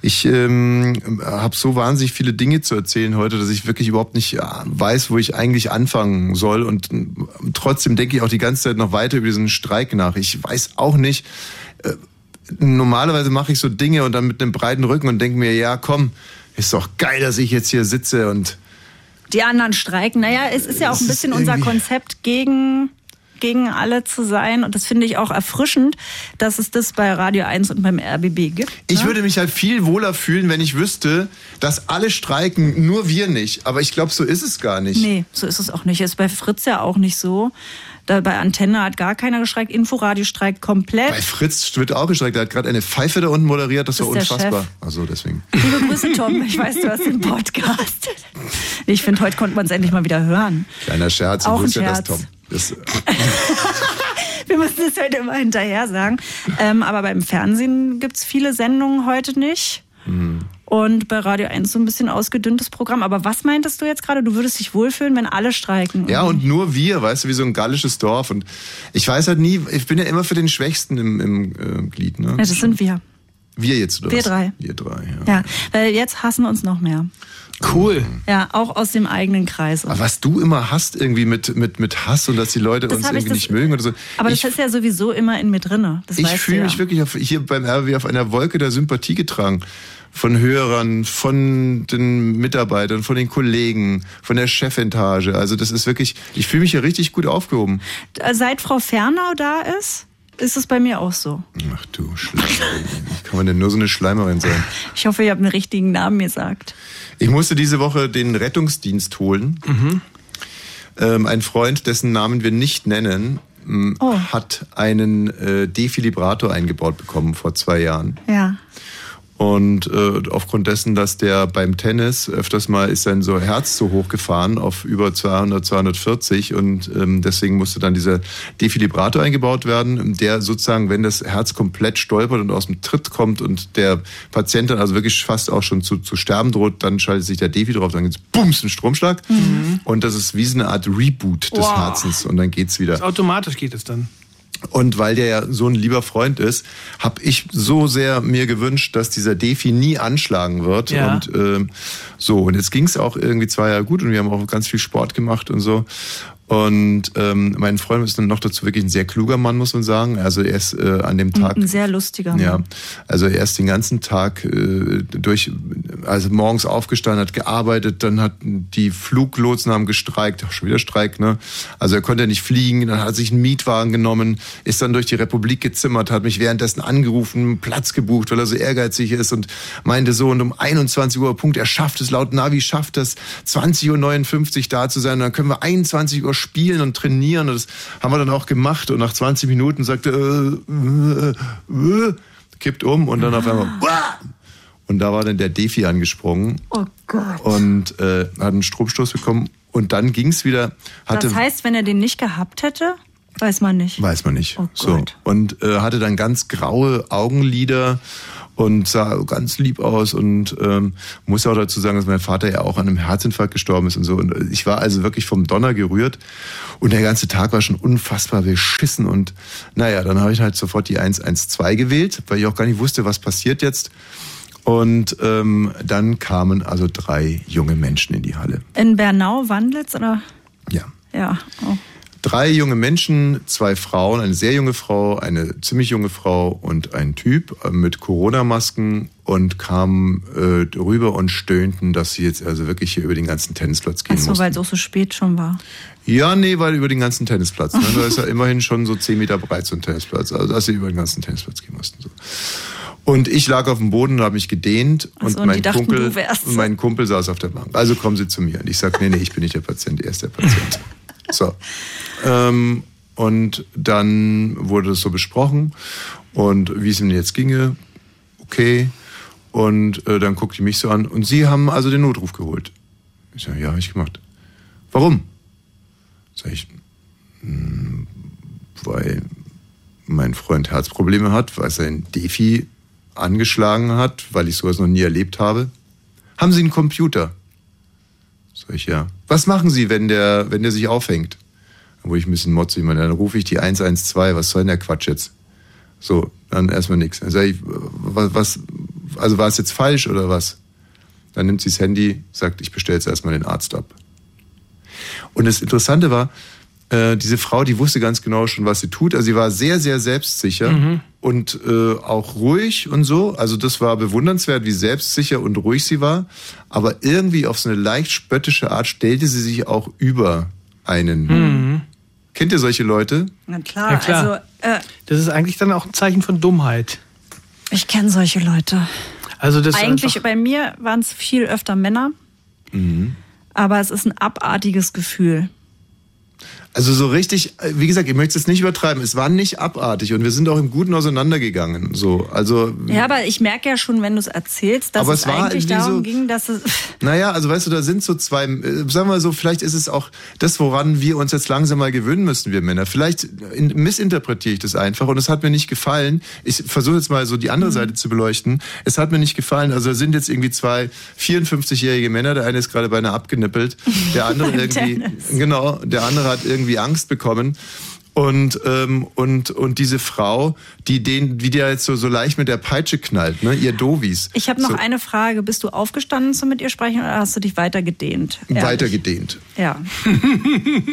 Ich ähm, habe so wahnsinnig viele Dinge zu erzählen heute, dass ich wirklich überhaupt nicht äh, weiß, wo ich eigentlich anfangen soll. Und ähm, trotzdem denke ich auch die ganze Zeit noch weiter über diesen Streik nach. Ich weiß auch nicht. Äh, normalerweise mache ich so Dinge und dann mit einem breiten Rücken und denke mir, ja, komm, ist doch geil, dass ich jetzt hier sitze und Die anderen streiken. Naja, es ist ja auch Es ein ist bisschen unser irgendwie- Konzept gegen gegen alle zu sein und das finde ich auch erfrischend, dass es das bei Radio 1 und beim RBB gibt. Ich würde mich halt viel wohler fühlen, wenn ich wüsste, dass alle streiken, nur wir nicht. Aber ich glaube, so ist es gar nicht. Nee, so ist es auch nicht. Ist bei Fritz ja auch nicht so. Da bei Antenne hat gar keiner gestreikt, Inforadio streikt komplett. Bei Fritz wird auch gestreikt. Der hat gerade eine Pfeife da unten moderiert. Das Das war ist der unfassbar. Chef. Also deswegen. Liebe Grüße, Tom. Ich weiß, du hast den Podcast. Nee, Ich finde, heute konnte man es endlich mal wieder hören. Kleiner Scherz. Auch du ein ja das, Scherz. Tom. Das, Wir müssen es heute immer hinterher sagen. Ähm, aber beim Fernsehen gibt es viele Sendungen heute nicht. Mhm. Und bei Radio 1 so ein bisschen ausgedünntes Programm. Aber was meintest du jetzt gerade? Du würdest dich wohlfühlen, wenn alle streiken. ja, und nur wir, weißt du, wie so ein gallisches Dorf. Und ich weiß halt nie, ich bin ja immer für den Schwächsten im, im äh, Glied. Ne? Ja, das sind wir. Wir jetzt, oder Wir was? drei. Wir drei, ja. Ja, weil jetzt hassen uns noch mehr. Cool. Mhm. Ja, auch aus dem eigenen Kreis. Aber was du immer hast irgendwie mit, mit, mit Hass und dass die Leute Das uns hab ich, irgendwie das- nicht mögen oder so. Aber das ich ist ja sowieso immer in mir drinne. Das ich weißt du fühle ja. mich wirklich auf, hier beim RW auf einer Wolke der Sympathie getragen. Von Hörern, von den Mitarbeitern, von den Kollegen, von der Chefetage. Also das ist wirklich, ich fühle mich hier richtig gut aufgehoben. Äh, Seit Frau Fernau da ist, ist es bei mir auch so. Ach du Schleimerin. Wie kann man denn nur so eine Schleimerin sein? Ich hoffe, ihr habt einen richtigen Namen gesagt. Ich musste diese Woche den Rettungsdienst holen. Ähm, ein Freund, dessen Namen wir nicht nennen, m, hat einen äh, Defibrillator eingebaut bekommen vor zwei Jahren. Ja. Und äh, aufgrund dessen, dass der beim Tennis öfters mal ist sein so Herz so hoch gefahren auf über 200, 240 und ähm, deswegen musste dann dieser Defibrillator eingebaut werden, der sozusagen, wenn das Herz komplett stolpert und aus dem Tritt kommt und der Patient dann also wirklich fast auch schon zu, zu sterben droht, dann schaltet sich der Defi drauf, dann gibt's bums, einen Stromschlag und das ist wie so eine Art Reboot des Wow. Herzens und dann geht's wieder. Automatisch geht es dann. Und weil der ja so ein lieber Freund ist, habe ich so sehr mir gewünscht, dass dieser Defi nie anschlagen wird. Ja. Und ähm, so, und jetzt ging es auch irgendwie zwei Jahre gut und wir haben auch ganz viel Sport gemacht und so. Und ähm, mein Freund ist dann noch dazu wirklich ein sehr kluger Mann, muss man sagen. Also er ist äh, an dem Tag Ein sehr lustiger Mann. ja, also er ist den ganzen Tag äh, durch, also morgens aufgestanden, hat gearbeitet, dann hat die Fluglotsen haben gestreikt, auch schon wieder Streik, ne? Also er konnte nicht fliegen, dann hat er sich einen Mietwagen genommen, ist dann durch die Republik gezimmert, hat mich währenddessen angerufen, Platz gebucht, weil er so ehrgeizig ist und meinte so, und um 21 Uhr Punkt, er schafft es, laut Navi schafft es, 20.59 Uhr da zu sein, und dann können wir 21 Uhr spielen und trainieren und das haben wir dann auch gemacht und nach 20 Minuten sagte, äh, äh, äh, kippt um und dann auf einmal Wah! und da war dann der Defi angesprungen Oh Gott. und äh, hat einen Stromstoß bekommen und dann ging's wieder hatte das heißt, wenn er den nicht gehabt hätte, weiß man nicht. weiß man nicht so und äh, hatte dann ganz graue Augenlider und sah ganz lieb aus und ähm, muss auch dazu sagen, dass mein Vater ja auch an einem Herzinfarkt gestorben ist und so. Und ich war also wirklich vom Donner gerührt und der ganze Tag war schon unfassbar beschissen und naja, dann habe ich halt sofort die 112 gewählt, weil ich auch gar nicht wusste, was passiert jetzt. Und ähm, dann kamen also drei junge Menschen in die Halle. In Bernau Wandlitz oder? Ja. Ja. Oh. Drei junge Menschen, zwei Frauen, eine sehr junge Frau, eine ziemlich junge Frau und ein Typ äh, mit Corona-Masken und kamen äh, rüber und stöhnten, dass sie jetzt also wirklich hier über den ganzen Tennisplatz gehen Achso, mussten. weil es auch so spät schon war. Ja, nee, weil über den ganzen Tennisplatz. Ne? Da ist ja immerhin schon so 10 Meter breit so ein Tennisplatz. Also, dass sie über den ganzen Tennisplatz gehen mussten. So. Und ich lag auf dem Boden und habe mich gedehnt. Ach Und, so, und mein die dachten, Kumpel, du wärst. und mein Kumpel saß auf der Bank. Also kommen Sie zu mir. Und ich sage, nee, nee, ich bin nicht der Patient, er ist der Patient. So. Ähm, und dann wurde das so besprochen. Und wie es ihm jetzt ginge, okay. Und äh, dann guckt die mich so an. Und Sie haben also den Notruf geholt. Ich sage, ja, habe ich gemacht. Warum? Sag ich, "Mm, weil mein Freund Herzprobleme hat, weil sein Defi angeschlagen hat, weil ich sowas noch nie erlebt habe. Haben Sie einen Computer? Sag ich, ja. Was machen Sie, wenn der, wenn der sich aufhängt? Dann wurde ich ein bisschen motzig. Mann. Dann rufe ich die 112. Was soll denn der Quatsch jetzt? So, dann erstmal nichts. Dann sage ich, was, was, also war es jetzt falsch oder was? Dann nimmt sie das Handy, sagt, ich bestelle jetzt erstmal den Arzt ab. Und das Interessante war, äh, diese Frau, die wusste ganz genau schon, was sie tut. Also sie war sehr, sehr selbstsicher Mhm. und äh, auch ruhig und so. Also das war bewundernswert, wie selbstsicher und ruhig sie war. Aber irgendwie auf so eine leicht spöttische Art stellte sie sich auch über einen. Kennt ihr solche Leute? Na klar, Ja, klar. also äh, Das ist eigentlich dann auch ein Zeichen von Dummheit. ich kenne solche Leute. Also das ist Eigentlich einfach- bei mir waren es viel öfter Männer, Mhm. aber es ist ein abartiges Gefühl. Also so richtig, äh, wie gesagt, ich möchte es nicht übertreiben. Es war nicht abartig und wir sind auch im Guten auseinandergegangen. So, also Ja, aber ich merke ja schon, wenn du es erzählst, dass Aber es, es war eigentlich irgendwie darum so- ging, dass es. Naja, also weißt du, da sind so zwei, äh, sagen wir so, vielleicht ist es auch das, woran wir uns jetzt langsam mal gewöhnen müssen, wir Männer. Vielleicht äh, in, missinterpretiere ich das einfach und es hat mir nicht gefallen. Ich versuche jetzt mal so die Mhm. andere Seite zu beleuchten. Es hat mir nicht gefallen. Also da sind jetzt irgendwie zwei 54-jährige Männer. Der eine ist gerade beinahe abgenippelt. Der andere Beim irgendwie, Tennis. genau, der andere hat irgendwie Angst bekommen. Und, ähm, und, und diese Frau, die den, wie der jetzt so, so leicht mit der Peitsche knallt, ne? ihr Dovis. Ich habe noch so, eine Frage. Bist du aufgestanden zum mit ihr sprechen oder hast du dich weiter gedehnt? Ehrlich. weitergedehnt. Ja.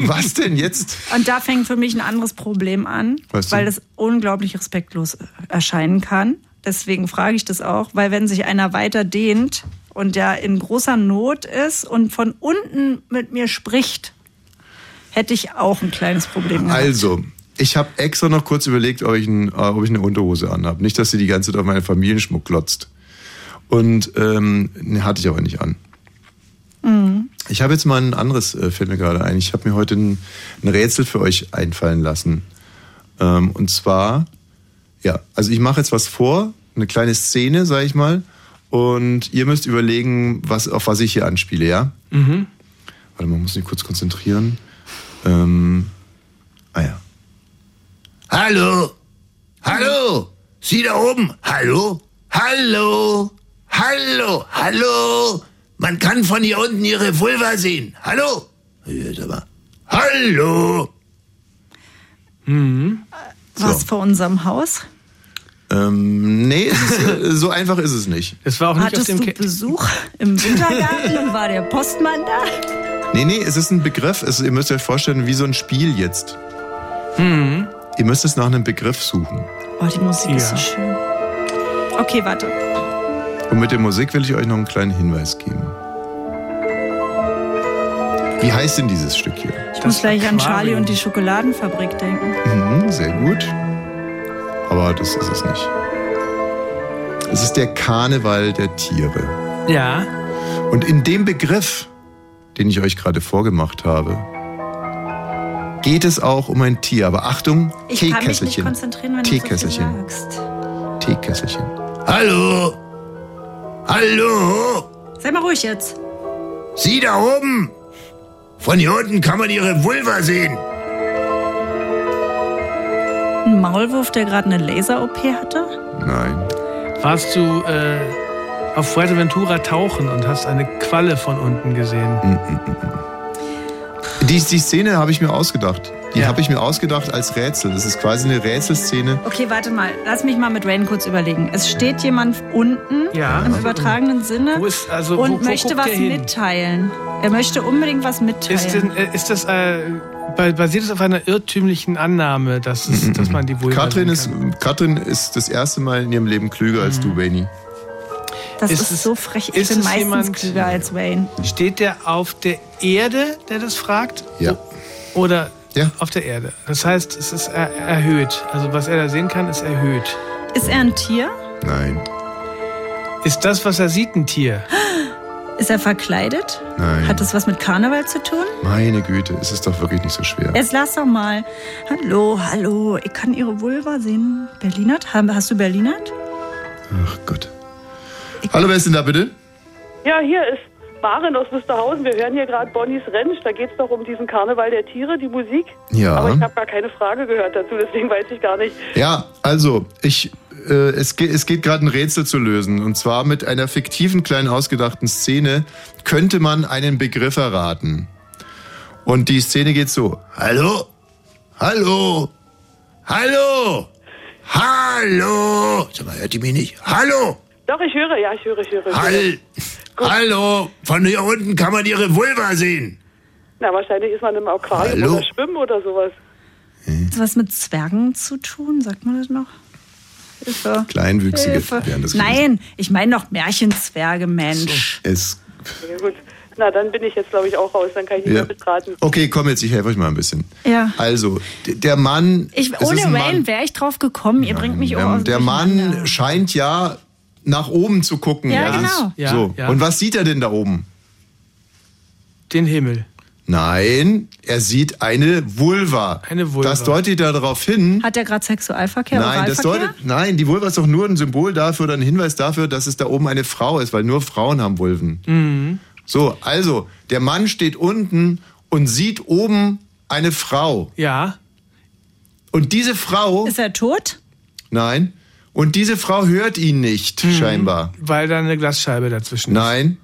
Was denn jetzt? Und da fängt für mich ein anderes Problem an, Weißt du? weil das unglaublich respektlos äh, erscheinen kann. Deswegen frage ich das auch, weil wenn sich einer weiter dehnt und der in großer Not ist und von unten mit mir spricht, hätte ich auch ein kleines Problem. gehabt. Also, ich habe extra noch kurz überlegt, ob ich, ein, äh, ob ich eine Unterhose anhabe. Nicht, dass sie die ganze Zeit auf meinen Familienschmuck glotzt. Und ähm, ne, hatte ich aber nicht an. Mhm. Ich habe jetzt mal ein anderes äh, fällt mir gerade ein. Ich habe mir heute ein, ein Rätsel für euch einfallen lassen. Ähm, und zwar, ja, also ich mache jetzt was vor, eine kleine Szene, sage ich mal. Und ihr müsst überlegen, was, auf was ich hier anspiele, ja? Mhm. Warte, man muss sich kurz konzentrieren. Ähm, ah ja. Hallo? Hallo? Sie da oben? Hallo? Hallo? Hallo? Hallo? Man kann von hier unten Ihre Vulva sehen. Hallo? Jetzt aber. Hallo? Was vor unserem Haus? Ähm, nee, es ist, äh, so einfach ist es nicht. Es war Hattest du Besuch im Wintergarten und war der Postmann da? Nee, nee, es ist ein Begriff. Es, ihr müsst euch vorstellen, wie so ein Spiel jetzt. Hm. Ihr müsst es nach einem Begriff suchen. Oh, die Musik ist so Ja. schön. Okay, warte. Und mit der Musik will ich euch noch einen kleinen Hinweis geben. Wie heißt denn dieses Stück hier? Ich muss gleich an Charlie und die Schokoladenfabrik denken. Mhm, sehr gut. Aber das ist es nicht. Es ist der Karneval der Tiere. Ja. Und in dem Begriff, den ich euch gerade vorgemacht habe, geht es auch um ein Tier. Aber Achtung, Ich kann mich nicht Teekesselchen. konzentrieren, wenn Teekesselchen. du so viel sagst. Teekesselchen. Hallo? Hallo? Sei mal ruhig jetzt. Sie da oben? Von hier unten kann man Ihre Vulva sehen. Ein Maulwurf, der gerade eine Laser-OP hatte? Nein. Warst du äh, auf Fuerteventura tauchen und hast eine Qualle von unten gesehen? Mhm. Die, die Szene habe ich mir ausgedacht. Die habe ich mir ausgedacht als Rätsel. Das ist quasi eine Rätselszene. Okay, warte mal. Lass mich mal mit Rain kurz überlegen. Es steht jemand unten Ja. im übertragenen Sinne also, wo- und wo möchte guckt was der hin? mitteilen. Er möchte unbedingt was mitteilen. Ist, denn, äh, ist das äh, ba- basiert es auf einer irrtümlichen Annahme, dass, es, dass also man die wohl Mhm. Katrin ist, Katrin ist das erste Mal in ihrem Leben klüger als du, Benny. das ist ist, es- so frech. Ich ist bin es meistens jemand- klüger als Wayne. Steht der auf der Erde, der das fragt? Ja. Oder auf der Erde? Das heißt, es ist er erhöht. Also was er da sehen kann, ist erhöht. Ist er ein Tier? Nein. Ist das, was er sieht, ein Tier? Ist er verkleidet? Nein. Hat das was mit Karneval zu tun? Meine Güte, es ist doch wirklich nicht so schwer. Jetzt lass doch mal. Hallo, hallo. Ich kann Ihre Vulva sehen. Berlinert? Haben- Hast du Berlinert? Ach Gott. Hallo, wer ist denn da bitte? Ja, hier ist Maren aus Wusterhausen. Wir hören hier gerade Bonnies Ranch. Da geht es doch um diesen Karneval der Tiere, die Musik. Ja. Aber ich habe gar keine Frage gehört dazu, deswegen weiß ich gar nicht. Ja, also, ich, äh, es, ge es geht gerade ein Rätsel zu lösen. Und zwar mit einer fiktiven, kleinen, ausgedachten Szene könnte man einen Begriff erraten. Und die Szene geht so. Hallo? Hallo? Hallo? Hallo? Sag mal, hört ihr mich nicht? Hallo? Doch, ich höre, ja, ich höre, ich höre. Ich höre. Hall Hallo? Von hier unten kann man Ihre Vulva sehen. Na, wahrscheinlich ist man im Aquarium Hallo? oder schwimmen oder sowas. Hat das was mit Zwergen zu tun? Sagt man das noch? Hilfe. Kleinwüchsige Hilfe. wären das Nein, ich meine doch Märchenzwerge, Mensch. Es, Ja, gut. Na, dann bin ich jetzt, glaube ich, auch raus. Dann kann ich nicht Ja. mehr mitraten. okay, komm jetzt, ich helfe euch mal ein bisschen. Ja. Also, d- der Mann. Ich, es ohne ist ein Mann. Wayne wäre ich drauf gekommen. Ihr bringt mich Der, um. der Mann scheint ja nach oben zu gucken. Ja, Das genau. ist- Ja, so. ja. Und was sieht er denn da oben? Den Himmel. Nein, er sieht eine Vulva. Eine Vulva. Das deutet ja darauf hin. Hat der gerade Sexualverkehr? Nein, das Oralverkehr? deutet, nein, die Vulva ist doch nur ein Symbol dafür oder ein Hinweis dafür, dass es da oben eine Frau ist, weil nur Frauen haben Vulven. Mhm. So, also, der Mann steht unten und sieht oben eine Frau. Ja. Und diese Frau. Ist er tot? Nein. Und diese Frau hört ihn nicht, scheinbar. Weil da eine Glasscheibe dazwischen Nein. ist.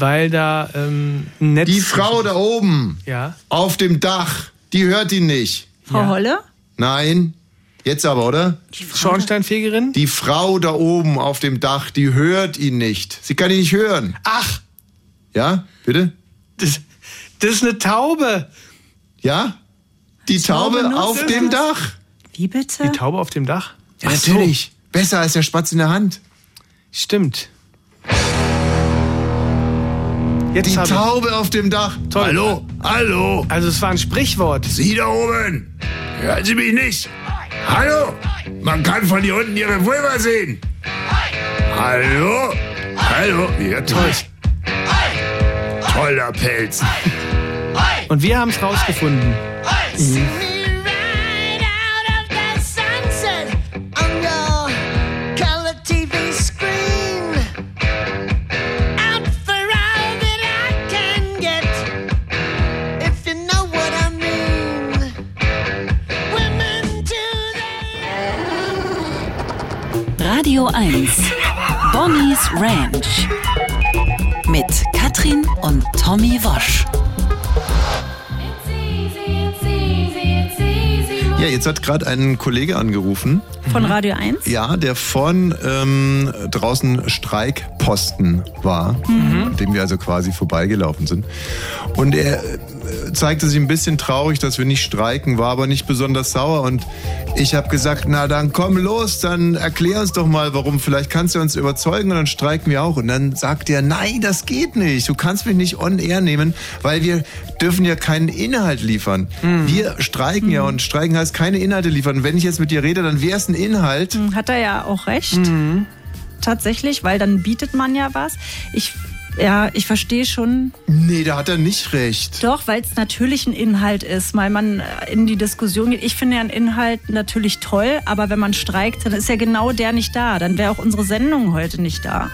Weil da ähm, ein Netz. Die Frau da oben Ja. auf dem Dach, die hört ihn nicht. Frau Holle? Nein. Jetzt aber, oder? Schornsteinfegerin? Die Frau da oben auf dem Dach, die hört ihn nicht. Sie kann ihn nicht hören. Ach! Ja, bitte? Das, das ist eine Taube. Ja? Die Taube, Taube auf nutzt dem es. Dach. Wie bitte? Die Taube auf dem Dach? Ja, natürlich. Besser als der Spatz in der Hand. Stimmt. Jetzt die hab ich- Taube auf dem Dach. Toll. Hallo, hallo. Also es war ein Sprichwort. Sie da oben. Hören Sie mich nicht. Hallo. Man kann von hier unten Ihre Vulva sehen. Hallo. Hallo. Ja, toll. Toller Pelz. Und wir haben es rausgefunden. sunset on your color TV screen. Out for all that I can get, if you know what I mean. Women do that. Radio 1. Bonnie's Ranch. Mit Katrin und Tommy Wosch. Ja, jetzt hat gerade ein Kollege angerufen. Von Radio 1? Ja, der von ähm, draußen Streikposten war, Mhm. an dem wir also quasi vorbeigelaufen sind. Und er äh, zeigte sich ein bisschen traurig, dass wir nicht streiken, war aber nicht besonders sauer. Und ich habe gesagt, na dann komm los, dann erklär uns doch mal, warum. Vielleicht kannst du uns überzeugen und dann streiken wir auch. Und dann sagt er, nein, das geht nicht. Du kannst mich nicht on air nehmen, weil wir dürfen ja keinen Inhalt liefern. Wir streiken ja und streiken heißt keine Inhalte liefern. Wenn ich jetzt mit dir rede, dann wäre es ein Inhalt. Hat er ja auch recht. Mhm. Tatsächlich, weil dann bietet man ja was. Ich, ja, ich verstehe schon. Nee, da hat er nicht recht. Doch, weil es natürlich ein Inhalt ist, weil man äh, in die Diskussion geht. Ich finde ja einen Inhalt natürlich toll, aber wenn man streikt, dann ist ja genau der nicht da. Dann wäre auch unsere Sendung heute nicht da.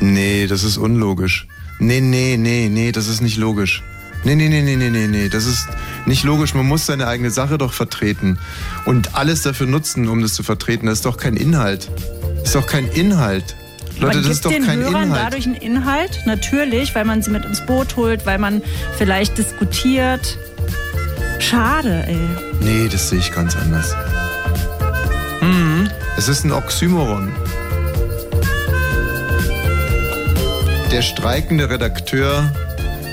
Nee, das ist unlogisch. Nee, nee, nee, nee, das ist nicht logisch. Nee, nee, nee, nee, nee, nee, nee, das ist nicht logisch. Man muss seine eigene Sache doch vertreten. Und alles dafür nutzen, um das zu vertreten. Das ist doch kein Inhalt. Das ist doch kein Inhalt. man Leute, das gibt ist doch den kein Hörern Inhalt. dadurch einen Inhalt, natürlich, weil man sie mit ins Boot holt, weil man vielleicht diskutiert. Schade, ey. Nee, das sehe ich ganz anders. Mhm. Es ist ein Oxymoron. Der streikende Redakteur,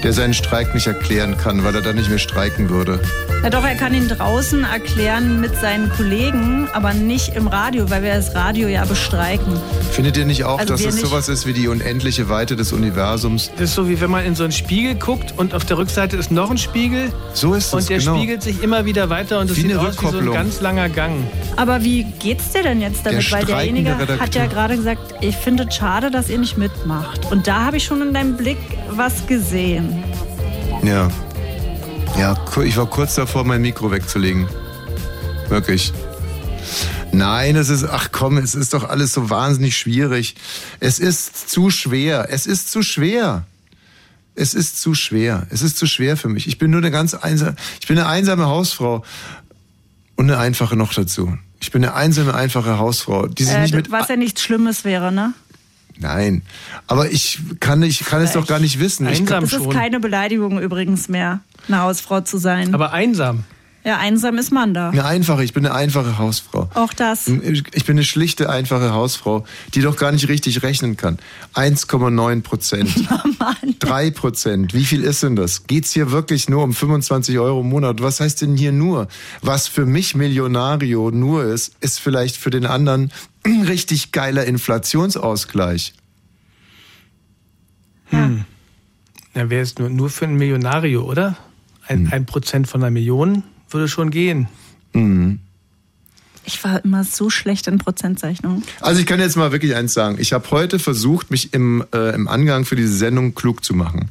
der seinen Streik nicht erklären kann, weil er dann nicht mehr streiken würde. Na doch, er kann ihn draußen erklären mit seinen Kollegen, aber nicht im Radio, weil wir das Radio ja bestreiken. Findet ihr nicht auch, Also dass wir es nicht. sowas ist wie die unendliche Weite des Universums? Das ist so wie wenn man in so einen Spiegel guckt und auf der Rückseite ist noch ein Spiegel. So ist es, Und der genau. spiegelt sich immer wieder weiter und es Wie sieht eine aus wie so ein Rückkopplung. ganz langer Gang. Aber wie geht's dir denn jetzt damit? Der weil streikende derjenige hat ja Redakteur. gerade gesagt, ich finde es schade, dass ihr nicht mitmacht. Und da habe ich schon in deinem Blick was gesehen. Ja. Ja, ku- ich war kurz davor, mein Mikro wegzulegen. Wirklich. Nein, es ist, ach komm, es ist doch alles so wahnsinnig schwierig. Es ist zu schwer. Es ist zu schwer. Es ist zu schwer. Es ist zu schwer für mich. Ich bin nur eine ganz einsame, ich bin eine einsame Hausfrau. Und eine einfache noch dazu. Ich bin eine einsame, einfache Hausfrau, die sich Äh, nicht mit Ah, was ja nichts Schlimmes wäre, ne? Nein, aber ich kann, ich kann es doch gar nicht wissen. Ich kann, das ist keine Beleidigung übrigens mehr, eine Hausfrau zu sein. Aber einsam. ja, einsam ist man da. Eine einfache, ich bin eine einfache Hausfrau. Auch das. Hm. Ähm, Ich bin eine schlichte, einfache Hausfrau, die doch gar nicht richtig rechnen kann. 1,9 Prozent. Oh 3 Prozent. Wie viel ist denn das? Geht's hier wirklich nur um 25 Euro im Monat? Was heißt denn hier nur? Was für mich Millionario nur ist, ist vielleicht für den anderen ein richtig geiler Inflationsausgleich. Hm. Na, wäre es nur, nur für ein Millionario, oder? Hm. Ein, ein Prozent von einer Million würde schon gehen. Ich war immer so schlecht in Prozentzeichnungen. Also ich kann jetzt mal wirklich eins sagen. Ich habe heute versucht, mich im, äh, im Angang für diese Sendung klug zu machen.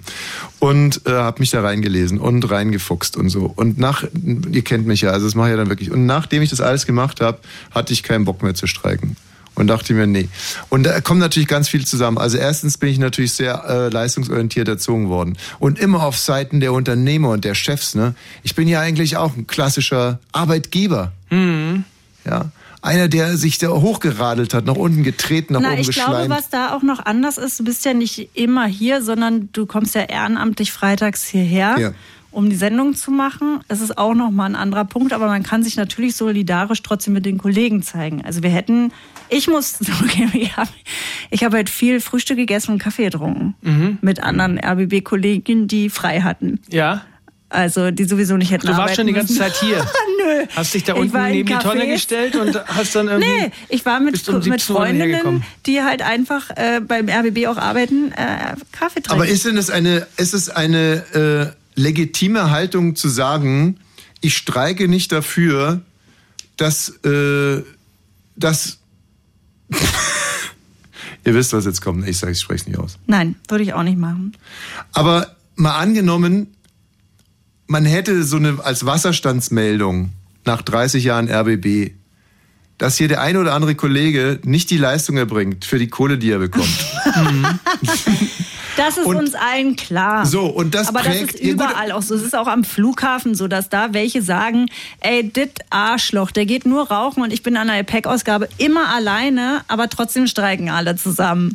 Und äh, habe mich da reingelesen und reingefuchst und so. Und nach, ihr kennt mich ja, also das mache ich ja dann wirklich. Und nachdem ich das alles gemacht habe, hatte ich keinen Bock mehr zu streiken. Und dachte mir, nee. Und da kommt natürlich ganz viel zusammen. Also erstens bin ich natürlich sehr äh, leistungsorientiert erzogen worden. Und immer auf Seiten der Unternehmer und der Chefs. Ne? Ich bin ja eigentlich auch ein klassischer Arbeitgeber. Ja. Einer, der sich da hochgeradelt hat, nach unten getreten, nach Na, oben ich geschleimt. glaube, was da auch noch anders ist, du bist ja nicht immer hier, sondern du kommst ja ehrenamtlich freitags hierher. Ja. um die Sendung zu machen. Das ist auch nochmal ein anderer Punkt, aber man kann sich natürlich solidarisch trotzdem mit den Kollegen zeigen. Also wir hätten, ich muss zugeben, ich habe ich hab halt viel Frühstück gegessen und Kaffee getrunken Mhm. mit anderen RBB-Kollegen, die frei hatten. Ja. Also die sowieso nicht hätten Du warst schon die arbeiten ganze müssen. Zeit hier. Nö. Hast dich da Ich unten war in neben die Tonne Cafés. gestellt und hast dann irgendwie. Nee, ich war mit, bist um mit 17 Uhr Freundinnen, hergekommen. die halt einfach äh, beim RBB auch arbeiten, äh, Kaffee trinken. Aber ist denn das eine, ist es eine äh, legitime Haltung zu sagen, ich streike nicht dafür, dass, äh, dass ihr wisst, was jetzt kommt. Ich sage, ich spreche es nicht aus. Nein, würde ich auch nicht machen. Aber mal angenommen, man hätte so eine als Wasserstandsmeldung nach 30 Jahren RBB, dass hier der ein oder andere Kollege nicht die Leistung erbringt für die Kohle, die er bekommt. Das ist Und- uns allen klar. So, und das Aber prägt- das ist ja, gut. überall auch so. Es ist auch am Flughafen so, dass da welche sagen, ey, dit Arschloch, der geht nur rauchen und ich bin an der Gepäckausgabe immer alleine, aber trotzdem streiken alle zusammen.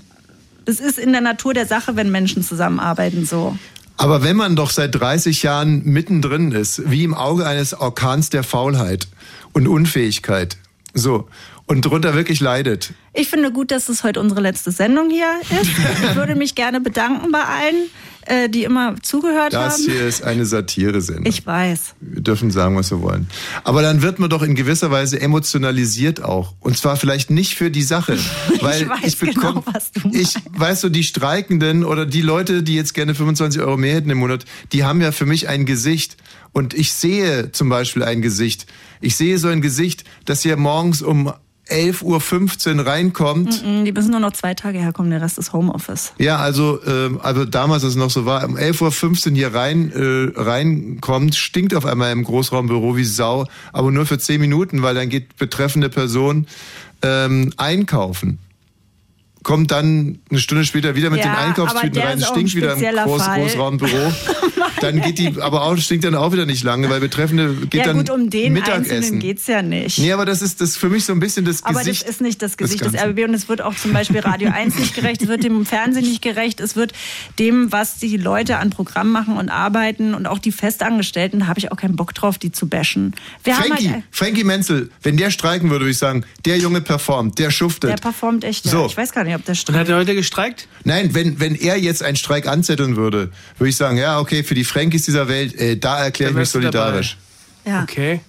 Das ist in der Natur der Sache, wenn Menschen zusammenarbeiten so. Aber wenn man doch seit 30 Jahren mittendrin ist, wie im Auge eines Orkans der Faulheit und Unfähigkeit, so, und drunter wirklich leidet, Ich finde gut, dass es heute unsere letzte Sendung hier ist. Ich würde mich gerne bedanken bei allen, äh, die immer zugehört das haben. hier ist eine Satire-Sendung. Ich weiß. Wir dürfen sagen, was wir wollen. Aber dann wird man doch in gewisser Weise emotionalisiert auch. Und zwar vielleicht nicht für die Sache. Weil weiß bekomme, ich, weißt du, die Streikenden oder die Leute, die jetzt gerne 25 Euro mehr hätten im Monat, die haben ja für mich ein Gesicht. Und ich sehe zum Beispiel ein Gesicht. Ich sehe so ein Gesicht, das hier morgens um 11.15 Uhr reinkommt. Mm-mm, Mm, Die müssen nur noch zwei Tage herkommen, der Rest ist Homeoffice. Ja, also, ähm, also damals, als es noch so war, um 11.15 Uhr hier rein, äh, reinkommt, stinkt auf einmal im Großraumbüro wie Sau, aber nur für 10 Minuten, weil dann geht betreffende Person ähm, einkaufen. Kommt dann eine Stunde später wieder mit Ja, den aber Einkaufstüten der rein, ist auch stinkt ein wieder im spezieller Groß Fall. Großraumbüro. dann geht die, aber auch, stinkt dann auch wieder nicht lange, weil betreffende geht ja dann gut, um den Einzelnen Mittagessen. geht's ja nicht. Nee, aber das ist das ist für mich so ein bisschen das Aber Gesicht. das ist nicht das Gesicht des Ganzen. RBB und es wird auch zum Beispiel Radio 1 nicht gerecht, es wird dem Fernsehen nicht gerecht, es wird dem, was die Leute an Programm machen und arbeiten und auch die Festangestellten, da habe ich auch keinen Bock drauf, die zu bashen. Wir Frankie, haben halt, Frankie Menzel, wenn der streiken würde, würde ich sagen, der Junge performt, der schuftet. der performt echt, ja. So. ich weiß gar nicht, ob der Und streikt. hat er heute gestreikt? Nein, wenn, wenn er jetzt einen Streik anzetteln würde, würde ich sagen, ja, okay, für die Frankies dieser Welt, äh, da erkläre ich mich wärst du solidarisch. Ja. Okay.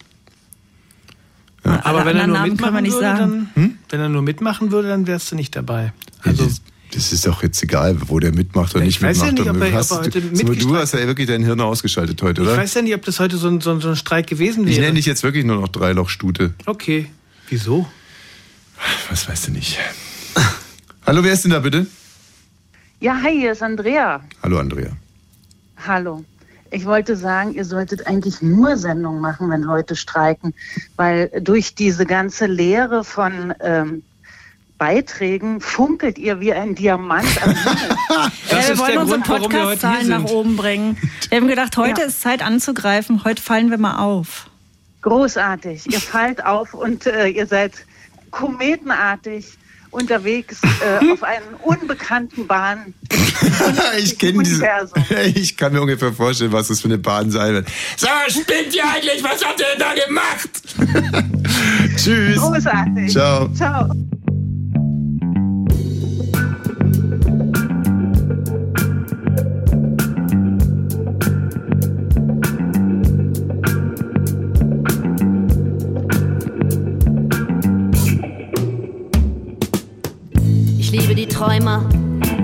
Aber wenn er, nur anderen Namen können wir mitmachen nicht würde, sagen. dann, Hm? wenn er nur mitmachen würde, dann wärst du nicht dabei. Also, Das ist doch jetzt egal, wo der mitmacht oder nicht weiß ja mitmacht. nicht, ob Und er- hast, ob er heute du, sag mal, du hast ja wirklich dein Hirn ausgeschaltet heute, Ich oder? weiß ja nicht, ob das heute so ein, so ein, so ein Streik gewesen ich wäre. nenne dich jetzt wirklich nur noch Dreilochstute. Okay. Wieso? Was weißt du nicht? Hallo, wer ist denn da bitte? Ja, hi, hier ist Andrea. Hallo, Andrea. Hallo. Ich wollte sagen, ihr solltet eigentlich nur Sendungen machen, wenn Leute streiken, weil durch diese ganze Leere von ähm, Beiträgen funkelt ihr wie ein Diamant am Himmel. ja, wir wollen unsere Podcast-Zahlen nach oben bringen. Wir haben gedacht, heute ist Zeit anzugreifen, heute fallen wir mal auf. Großartig. Ihr fallt auf und äh, ihr seid kometenartig unterwegs äh, auf einen unbekannten Bahn. ich kenne diese. Ich kann mir ungefähr vorstellen, was das für eine Bahn sein wird. Sag mal, spinnt ihr eigentlich? Was habt ihr denn da gemacht? Tschüss. Großartig. Ciao. Ciao. Ich liebe die Träumer,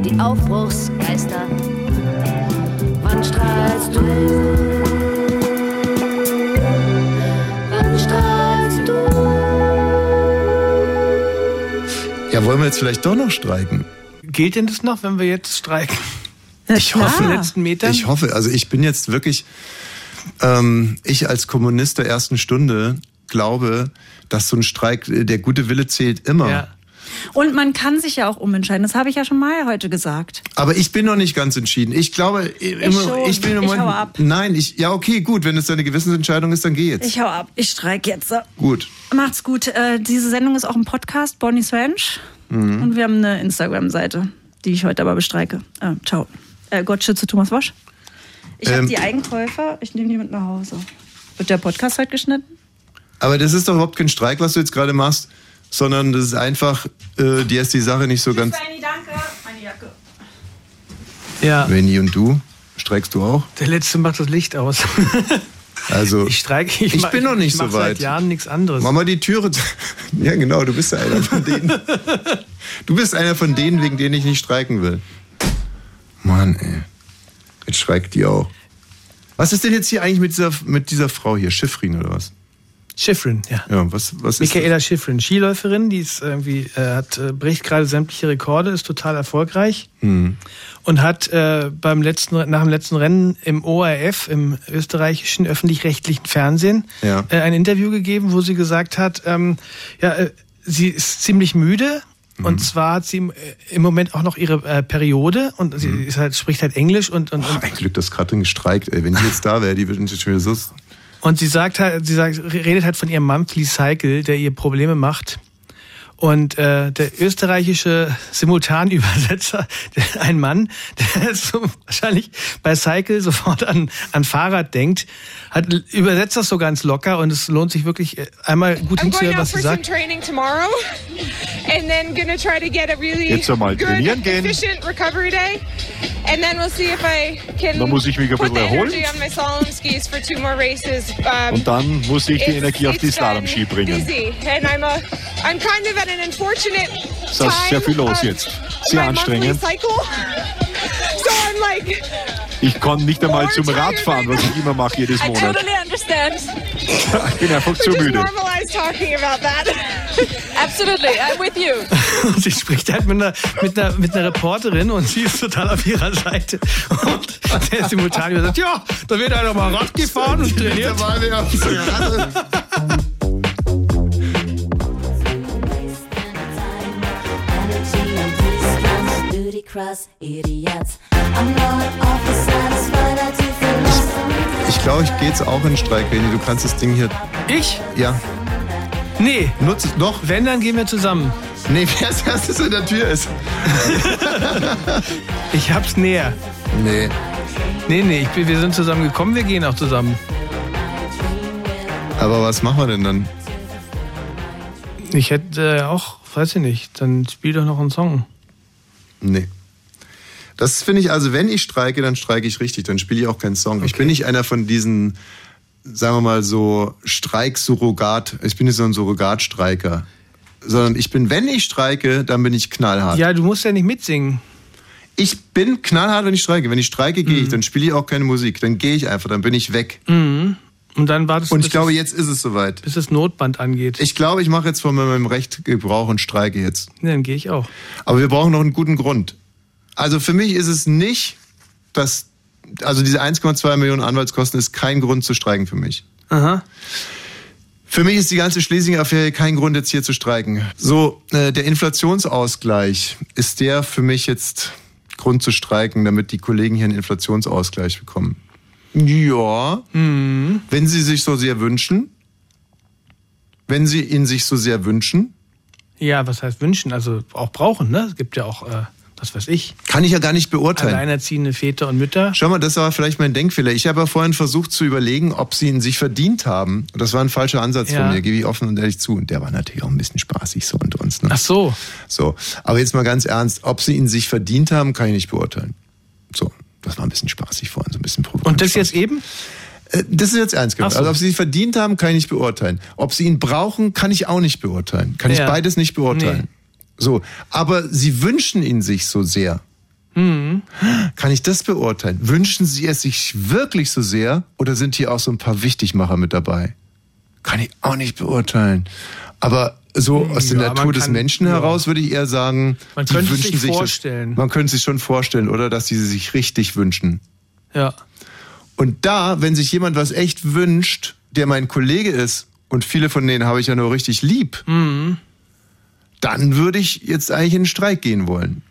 die Aufbruchsgeister. Wann strahlst du? Wann strahlst du? Ja, wollen wir jetzt vielleicht doch noch streiken? Gilt denn das noch, wenn wir jetzt streiken? Ich hoffe, Den letzten Metern? ich hoffe, also ich bin jetzt wirklich, ähm, ich als Kommunist der ersten Stunde glaube, dass so ein Streik, äh, der gute Wille zählt immer. Und man kann sich ja auch umentscheiden, das habe ich ja schon mal heute gesagt. Aber ich bin noch nicht ganz entschieden. Ich glaube, ich, schon. ich bin im Ich Moment, hau ab. nein, ich, ja okay, gut, wenn es deine Gewissensentscheidung ist, dann geh jetzt. Ich hau ab, ich streik jetzt. So. gut. Macht's gut. Äh, diese Sendung ist auch ein Podcast, Bonnie's Ranch. Mhm. Und wir haben eine Instagram-Seite, die ich heute aber bestreike. Äh, ciao. Äh, Gott schütze Thomas Wasch. Ich habe Ähm. die Eigenkäufer, ich nehme die mit nach Hause. Wird der Podcast heute geschnitten? Aber das ist doch überhaupt kein Streik, was du jetzt gerade machst, sondern das ist einfach, äh, dir ist die Sache nicht so ganz. Fanny, danke. Meine Jacke. Ja. Benny und du? Streikst du auch? Der letzte macht das Licht aus. Also, ich streike. Ich, mach- bin noch nicht ich so mach weit. Seit Jahren nichts anderes. Mach mal die Türe. zu- ja, genau, du bist ja einer von denen. Du bist einer von denen, wegen denen ich nicht streiken will. Mann, ey. Jetzt streikt die auch. Was ist denn jetzt hier eigentlich mit dieser, mit dieser Frau hier? Schiffrin oder was? Schiffrin, ja. Ja, was, was ist Michaela Schiffrin, Skiläuferin, die ist irgendwie, äh, hat, äh, bricht gerade sämtliche Rekorde, ist total erfolgreich Hm. und hat äh, beim letzten, nach dem letzten Rennen im ORF, im österreichischen öffentlich-rechtlichen Fernsehen, Ja. äh, ein Interview gegeben, wo sie gesagt hat, ähm, ja, äh, sie ist ziemlich müde. Mhm. Und zwar hat sie im, äh, im Moment auch noch ihre äh, Periode und sie Mhm. ist halt, spricht halt Englisch und, und, und Ein Glück, dass Katrin gestreikt, ey. Wenn die jetzt da wäre, die würde jetzt schon wieder so. Und sie sagt halt, sie sagt, redet halt von ihrem Monthly Cycle, der ihr Probleme macht. Und äh, der österreichische Simultanübersetzer, der- ein Mann, der so wahrscheinlich bei Cycle sofort an, an Fahrrad denkt, hat übersetzt das so ganz locker und es lohnt sich wirklich äh, einmal gut I'm going hinzuhören, out was sie for some sagt. training tomorrow, and then gonna try to get a really Jetzt einmal trainieren good, gehen. efficient recovery day, and then we'll see if I can Dann muss ich mich ein put the bisschen energy erholen. on my slalom skis for two more races. Um, Und dann muss ich die it's- Energie auf it's die Slalom-Ski been bringen. Busy. And I'm a, I'm kind of at an unfortunate Es ist sehr viel los jetzt. Sehr my monthly anstrengend. cycle. So I'm like, Ich kann nicht einmal zum Rad fahren, was ich immer mache jedes I Monat. totally understand. Ich bin einfach zu We're just müde. normalized talking about that. Absolutely, I'm with you. Und sie spricht halt mit einer, mit, einer, mit einer Reporterin und sie ist total auf ihrer Seite. Und der Simultanübersetzer sagt, ja, da wird einer mal Rad gefahren und trainiert. Ich glaube, ich gehe jetzt auch in den Streik, Benny. Du kannst das Ding hier. Ich? Ja. Nee. Nutze es doch. Wenn, dann gehen wir zusammen. Nee, wer als erstes in der Tür ist. ich hab's näher. Nee. Nee, nee, ich bin, wir sind zusammen gekommen, wir gehen auch zusammen. Aber was machen wir denn dann? Ich hätte äh, auch, weiß ich nicht, dann spiel doch noch einen Song. Nee. Das finde ich, also wenn ich streike, dann streike ich richtig, dann spiele ich auch keinen Song. Ich bin nicht einer von diesen, sagen wir mal so, Streik-Surrogat, ich bin nicht so ein Surrogatstreiker. Sondern ich bin, wenn ich streike, dann bin ich Ah. knallhart. Ja, du musst ja nicht mitsingen. Ich bin knallhart, wenn ich streike. Wenn ich streike, gehe ich, dann spiele ich auch keine Musik. Dann gehe ich einfach, dann bin ich weg. Mhm. Und dann wartest Und bis ich glaube, es- jetzt ist es soweit. Bis das Notband angeht. Ich glaube, ich mache jetzt von meinem Recht Gebrauch und streike jetzt. Nee, dann gehe ich auch. Aber wir brauchen noch einen guten Grund. Also für mich ist es nicht, dass, also diese 1,2 Millionen Anwaltskosten ist kein Grund zu streiken für mich. Aha. Für mich ist die ganze Schlesinger-Affäre kein Grund, jetzt hier zu streiken. So, äh, der Inflationsausgleich, ist der für mich jetzt Grund zu streiken, damit die Kollegen hier einen Inflationsausgleich bekommen? Ja, wenn sie sich so sehr wünschen. Wenn sie ihn sich so sehr wünschen. Ja, was heißt wünschen? Also auch brauchen, ne? Es gibt ja auch, äh, was weiß ich. Kann ich ja gar nicht beurteilen. Alleinerziehende Väter und Mütter. Schau mal, das war vielleicht mein Denkfehler. Ich habe ja vorhin versucht zu überlegen, ob sie ihn sich verdient haben. Und das war ein falscher Ansatz Ja. von mir, gebe ich offen und ehrlich zu. Und der war natürlich auch ein bisschen spaßig so unter uns. Ne? Ach so. So, aber jetzt mal ganz ernst, ob sie ihn sich verdient haben, kann ich nicht beurteilen. So, das war ein bisschen spaßig vorhin, so ein bisschen provokant. Und das jetzt eben? Äh, Das ist jetzt ernst gemeint. Ach so. Also ob sie ihn verdient haben, kann ich nicht beurteilen. Ob sie ihn brauchen, kann ich auch nicht beurteilen. Kann Ja. ich beides nicht beurteilen. So, aber sie wünschen ihn sich so sehr. Mhm. Kann ich das beurteilen? Wünschen Sie es sich wirklich so sehr oder sind hier auch so ein paar Wichtigmacher mit dabei? Kann ich auch nicht beurteilen. Aber so aus der Hm, Ja, man Natur des kann- Menschen ja. heraus würde ich eher sagen, Man die könnte es wünschen sich das- vorstellen. man könnte sich schon vorstellen, oder? Dass sie sich richtig wünschen. Ja. Und da, wenn sich jemand was echt wünscht, der mein Kollege ist, und viele von denen habe ich ja nur richtig lieb, Mhm. dann würde ich jetzt eigentlich in den Streik gehen wollen.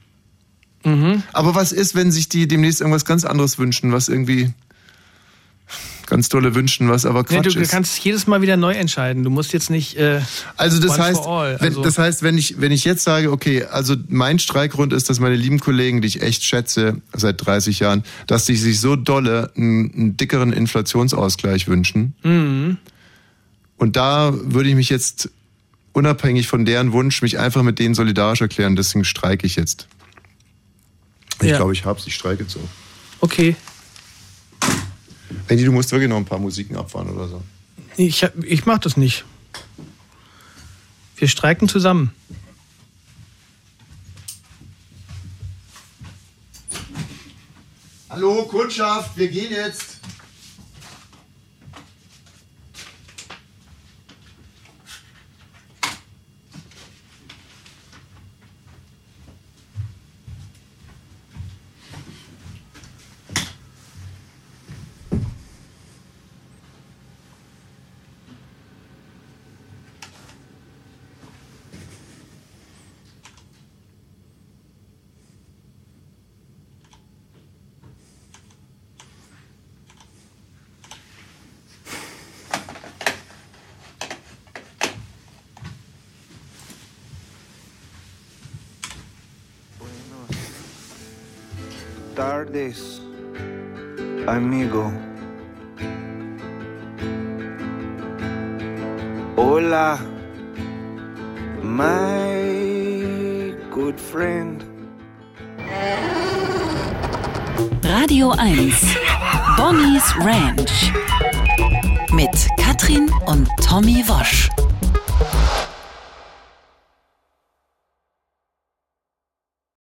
Aber was ist, wenn sich die demnächst irgendwas ganz anderes wünschen, was irgendwie ganz dolle wünschen, was aber Nee, Quatsch du ist. kannst jedes Mal wieder neu entscheiden. Du musst jetzt nicht. Äh, Also das once heißt, For all. wenn, Also, das heißt, wenn ich wenn ich jetzt sage, okay, also mein Streikgrund ist, dass meine lieben Kollegen, die ich echt schätze seit 30 Jahren, dass die sich so dolle einen, einen dickeren Inflationsausgleich wünschen. Mhm. Und da würde ich mich jetzt unabhängig von deren Wunsch mich einfach mit denen solidarisch erklären. Deswegen streike ich jetzt. Ich Ja. glaube, ich hab's. Ich streike jetzt so. okay. Wendy, du musst wirklich noch ein paar Musiken abfahren oder so. Ich, hab- ich mach das nicht. Wir streiken zusammen. Hallo Kundschaft, wir gehen jetzt. tardes, amigo. Hola, my good friend. Radio 1. Bonnie's Ranch. Mit Katrin und Tommy Wosch.